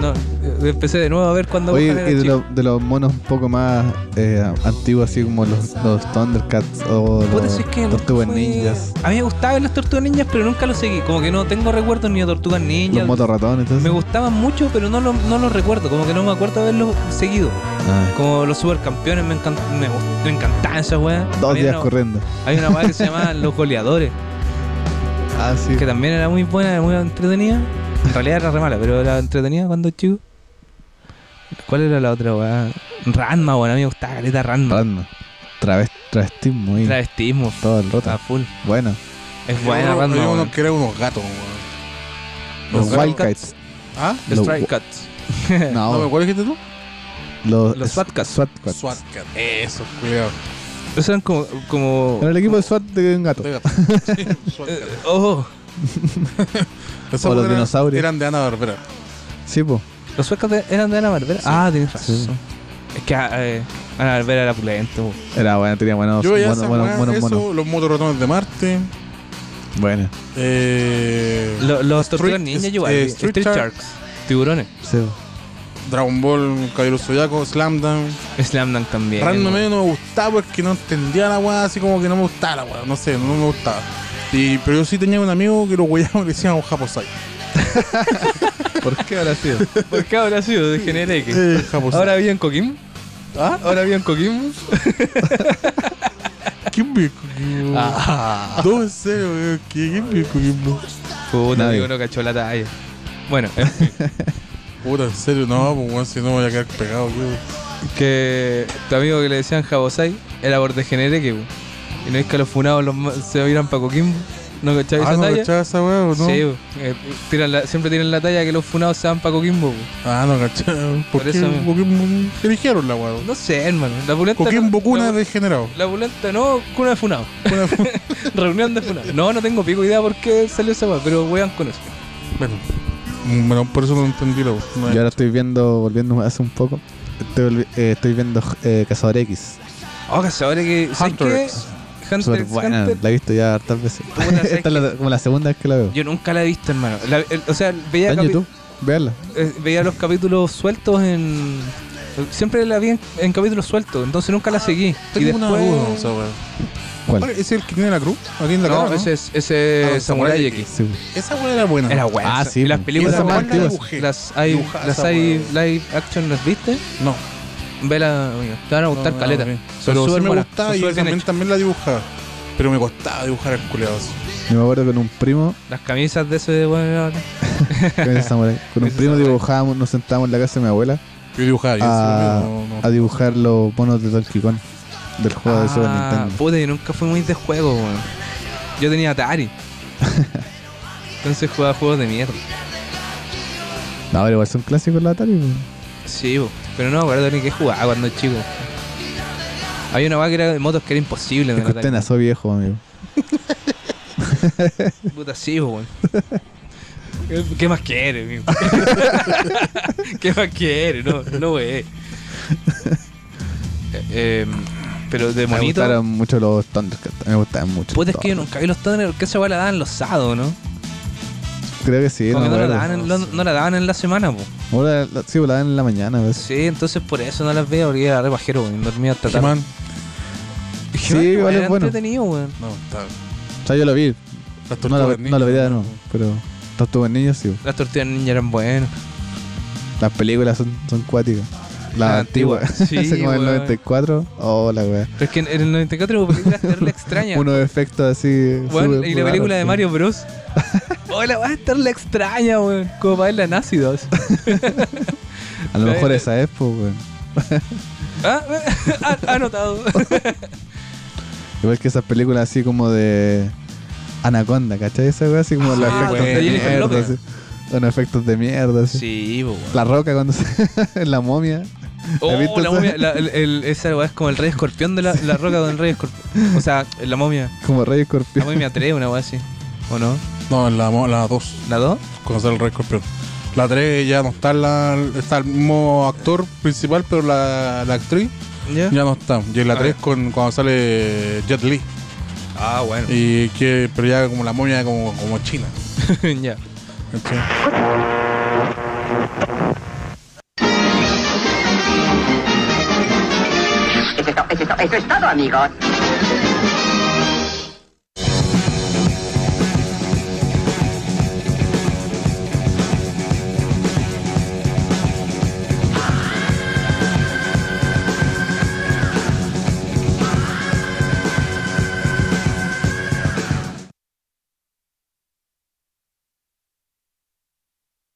Speaker 2: No, eh, empecé de nuevo a ver cuando.
Speaker 3: Oye,
Speaker 2: Gohan era
Speaker 3: y de,
Speaker 2: chico.
Speaker 3: lo- de los monos un poco más eh, antiguos, así como los, los Thundercats o
Speaker 2: Puta,
Speaker 3: los
Speaker 2: si es que nunca
Speaker 3: Tortugas
Speaker 2: fue-
Speaker 3: Ninjas,
Speaker 2: A mí me gustaban las tortugas ninjas, pero nunca lo seguí. Como que no tengo recuerdos ni de tortugas ninjas.
Speaker 3: los motorratones,
Speaker 2: Me
Speaker 3: entonces.
Speaker 2: gustaban mucho, pero no los no lo recuerdo. Como que no me acuerdo haberlo seguido.
Speaker 3: Ah,
Speaker 2: Como los supercampeones, me, encan- me, gust- me encantaban esas weas.
Speaker 3: dos
Speaker 2: Había
Speaker 3: días
Speaker 2: una-
Speaker 3: corriendo.
Speaker 2: Hay una weá que se llama Los Goleadores,
Speaker 3: Ah, sí.
Speaker 2: que también era muy buena, era muy entretenida. En realidad era re mala, pero era entretenida cuando chico. ¿Cuál era la otra weá? Ranma, weón. A mí me gustaba caleta Ranma.
Speaker 3: Ranma. Traves- travestismo y
Speaker 2: Travestismo,
Speaker 3: todo el roto.
Speaker 2: a full.
Speaker 3: Bueno,
Speaker 2: Es buena
Speaker 1: Yo-
Speaker 2: Ranma.
Speaker 1: Yo
Speaker 2: weón.
Speaker 1: uno que era unos gatos, güey.
Speaker 3: los
Speaker 1: gatos.
Speaker 3: Wildcats.
Speaker 1: ¿Ah?
Speaker 3: Los-
Speaker 2: Strike Cats.
Speaker 1: No,
Speaker 3: No,
Speaker 1: ¿Cuál dijiste tú?
Speaker 3: los,
Speaker 2: los Swatcats.
Speaker 3: Swatcats.
Speaker 1: SWATCAT. Eso, cuidado.
Speaker 2: Esos eran como. como
Speaker 3: Era el equipo de SWAT de un gato.
Speaker 1: De gato. Sí, SWAT
Speaker 2: eh,
Speaker 1: cat.
Speaker 2: oh,
Speaker 1: Esos
Speaker 3: O los
Speaker 1: eran-
Speaker 3: dinosaurios.
Speaker 1: Eran de Ana Barbera.
Speaker 3: Sí, po.
Speaker 2: los suecos de- eran de Ana Barbera. Ah, tienes razón.
Speaker 3: Sí.
Speaker 2: Es que eh, Ana Barbera era pulento.
Speaker 3: Era bueno, tenía buenos
Speaker 1: Yo veía
Speaker 3: buenos
Speaker 1: esas
Speaker 3: buenos
Speaker 1: weas,
Speaker 3: buenos
Speaker 1: eso,
Speaker 3: monos.
Speaker 1: los motorratones de Marte.
Speaker 3: Bueno,
Speaker 1: Eh,
Speaker 2: Lo- los tortugas
Speaker 1: Street-
Speaker 2: ninja
Speaker 1: eh,
Speaker 2: igual.
Speaker 1: Street
Speaker 2: Street
Speaker 1: Shark.
Speaker 2: Sharks. Tiburones.
Speaker 3: sí, po.
Speaker 1: Dragon Ball, Caballero Zodiaco, Slam Dunk.
Speaker 2: Slam Dunk también.
Speaker 1: Random medio no me gustaba porque no entendía la weá, así como que no me gustaba la weá, no sé, no me gustaba. Y, pero yo sí tenía un amigo que lo weyaba y le decíamos Japosai.
Speaker 3: ¿Por qué ahora sí?
Speaker 2: ¿Por qué habrá sido de Genereque?
Speaker 1: Eh, Japosai.
Speaker 2: ¿Ahora había en Coquim? ¿Ah? ¿Ahora había en Coquim?
Speaker 1: ¿quién me cogió?
Speaker 2: Ah.
Speaker 1: No, en serio, weón, ¿qui- ¿quién me cogió?
Speaker 2: Puta,
Speaker 3: Nadie.
Speaker 2: amigo, no cachó la talla. Bueno, eh, en fin,
Speaker 1: Puta, en serio, no, pues weón, si no voy a quedar pegado, yo.
Speaker 2: que tu amigo que le decían Jabosai era por degenereque. po. Y no es que los funados los ma- se vieran para Coquim. ¿No cacháis
Speaker 1: Ah,
Speaker 2: esa
Speaker 1: no
Speaker 2: talla?
Speaker 1: cachaba esa weá, ¿o ¿no?
Speaker 2: Sí, po. Eh, tiran la- siempre tienen la talla que los funados se van para Coquimbo. po.
Speaker 1: Ah, no cachaba. ¿Por,
Speaker 2: Por
Speaker 1: qué?
Speaker 2: eso-
Speaker 1: ¿Por qué m- eligieron la weá?
Speaker 2: No sé, hermano. La pulenta.
Speaker 1: Coquimbo
Speaker 2: no,
Speaker 1: Cuna
Speaker 2: la,
Speaker 1: degenerado.
Speaker 2: la pulenta no, cuna de funado.
Speaker 1: Cuna-
Speaker 2: Reunión de funado. No, no tengo pico idea por qué salió esa weá, pero weón con eso.
Speaker 1: bueno, Mm, bueno, por eso no entendí la weá. No,
Speaker 3: Yo ahora estoy viendo, volviendo hace un poco, estoy, volvi- eh, estoy viendo eh, Cazador X.
Speaker 2: Oh, cazadores que. ¿sabes
Speaker 1: Hunter
Speaker 2: qué?
Speaker 1: X.
Speaker 2: Hunter
Speaker 3: Súper
Speaker 2: x
Speaker 3: buena,
Speaker 2: Hunter.
Speaker 3: la he visto ya hartas veces.
Speaker 2: Puta, ¿sabes
Speaker 3: Esta es la- como la segunda vez que la veo.
Speaker 2: Yo nunca la he visto, hermano. La- el- o sea, veía,
Speaker 3: Está en
Speaker 2: capi-
Speaker 3: YouTube, veanla.
Speaker 2: eh, veía los capítulos sueltos en. Siempre la vi en, en capítulos sueltos, entonces nunca la seguí. y
Speaker 1: Ah, Tengo
Speaker 2: después...
Speaker 1: una duda, esa weá.
Speaker 3: ¿Cuál?
Speaker 1: ¿Ese es el que tiene la cruz? Aquí en la
Speaker 2: No,
Speaker 1: cara,
Speaker 2: ese es ese
Speaker 1: Ah,
Speaker 2: es Samurai
Speaker 1: Samurai
Speaker 2: X.
Speaker 3: Sí,
Speaker 1: Esa weá era buena.
Speaker 2: Era buena.
Speaker 3: Ah,
Speaker 2: esa-
Speaker 3: sí,
Speaker 2: Y las
Speaker 3: po.
Speaker 2: películas
Speaker 3: Esa
Speaker 2: son
Speaker 3: más
Speaker 2: más
Speaker 3: antigua.
Speaker 2: antiguas. Las hay,
Speaker 1: Dibujada
Speaker 2: las
Speaker 1: esa
Speaker 2: hay
Speaker 1: weá.
Speaker 2: live action, ¿las viste?
Speaker 1: No.
Speaker 2: Vela, amigo. Te van a gustar
Speaker 1: No, no,
Speaker 2: caleta.
Speaker 1: no.
Speaker 2: Son
Speaker 1: Pero sí
Speaker 2: súper
Speaker 1: me
Speaker 2: buenas,
Speaker 1: gustaba
Speaker 2: son
Speaker 1: y
Speaker 2: súper bien
Speaker 1: también,
Speaker 2: hechas.
Speaker 1: también la dibujaba. Pero me costaba dibujar al culeado. así.
Speaker 3: Yo me acuerdo con un primo,
Speaker 2: Las camisas de ese weón.
Speaker 3: con, el samurai, con un
Speaker 2: Ese
Speaker 3: primo
Speaker 2: samurai.
Speaker 3: dibujábamos, nos sentábamos en la casa de mi abuela
Speaker 1: Yo dibujaba y eso
Speaker 3: a,
Speaker 1: no, no.
Speaker 3: a dibujar los monos de Donkey Kong del juego de Super
Speaker 2: Ah,
Speaker 3: Nintendo.
Speaker 2: Puta, yo nunca fui muy de juego, weón. Yo tenía Atari. Entonces jugaba juegos de mierda.
Speaker 3: No, pero igual son clásicos los Atari. pues.
Speaker 2: Sí, bo. pero no me acuerdo ni qué jugaba cuando chico. Había una weá que era de motos que era imposible. en el
Speaker 3: Es que usted
Speaker 2: Atari.
Speaker 3: nació viejo, amigo.
Speaker 2: Puta, sí, bo, weón. ¿Qué- ¿Qué más quiere, amigo? ¿Qué más quiere? No, no, wey. em, pero de
Speaker 3: Me
Speaker 2: monito.
Speaker 3: gustaron mucho los Thundercats. Me gustaban mucho.
Speaker 2: Puta, es que yo
Speaker 3: todos.
Speaker 2: nunca vi los Thunder, que esa weá la daban los sábados, ¿no?
Speaker 3: Creo que sí, no
Speaker 2: Como que
Speaker 3: me
Speaker 2: no, la
Speaker 3: acuerdo.
Speaker 2: daban en, no- no la daban en la semana, po.
Speaker 3: Ahora la- sí, volaban en la mañana. ¿ves?
Speaker 2: Sí, entonces por eso no las veo, porque era re pajero, weón. Dormía hasta tarde.
Speaker 1: He-Man.
Speaker 3: Sí,
Speaker 2: He-Man
Speaker 3: igual es
Speaker 2: era
Speaker 3: bueno.
Speaker 2: entretenido, weón.
Speaker 1: No, está.
Speaker 3: O sea, yo lo vi.
Speaker 1: Las
Speaker 3: No lo,
Speaker 1: tortugas
Speaker 3: no
Speaker 1: ninja.
Speaker 3: lo veía de nuevo, pero Tortugas Niños sí.
Speaker 2: Las tortillas ninja eran buenas.
Speaker 3: Las películas son, son cuáticas. Las
Speaker 2: Las antiguas,
Speaker 3: antiguas.
Speaker 2: Ah, sí,
Speaker 3: Esa como el
Speaker 2: weón.
Speaker 3: 94. Oh, la wea.
Speaker 2: Pero es que en, en el 94 hubo películas terrible extrañas.
Speaker 3: Unos efectos así.
Speaker 2: weón,
Speaker 3: súper
Speaker 2: y la
Speaker 3: raros,
Speaker 2: película de
Speaker 3: sí.
Speaker 2: Mario Bros. Oh, Hola, va a estar la extraña, weón. Como para verla en ácidos.
Speaker 3: A
Speaker 2: Pero-
Speaker 3: lo mejor esa es, pues, weón.
Speaker 2: Ah, ah, anotado.
Speaker 3: Igual que esas películas así como de Anaconda, ¿cachai? Esa weá así como los
Speaker 2: Ah,
Speaker 3: efectos
Speaker 2: bueno.
Speaker 3: de
Speaker 2: De Jennifer
Speaker 3: mierda.
Speaker 2: Lopez.
Speaker 3: Así. Son efectos de mierda. Así.
Speaker 2: sí, po, weón.
Speaker 3: La roca cuando se. la momia. ¿Has visto
Speaker 2: Oh, la
Speaker 3: esa?
Speaker 2: momia, la- el- el- esa weá es como el rey escorpión de la, la roca con el rey escorpión. O sea, la momia.
Speaker 3: Como Rey
Speaker 2: La
Speaker 3: Escorpión.
Speaker 2: momia 3, una weá así. ¿O no?
Speaker 1: No, en la 2, la dos,
Speaker 2: ¿La 2?
Speaker 1: conocer el Rey Escorpión. La 3 ya no está, la, está el mismo actor principal, pero la, la actriz
Speaker 2: ¿Ya?
Speaker 1: ya no está. Y en la 3 con, cuando sale Jet Li,
Speaker 2: Ah, bueno.
Speaker 1: y que, pero ya como la momia como, como china.
Speaker 2: ya.
Speaker 1: ¿cachai?
Speaker 9: Eso es todo, eso es todo, eso es todo, amigos.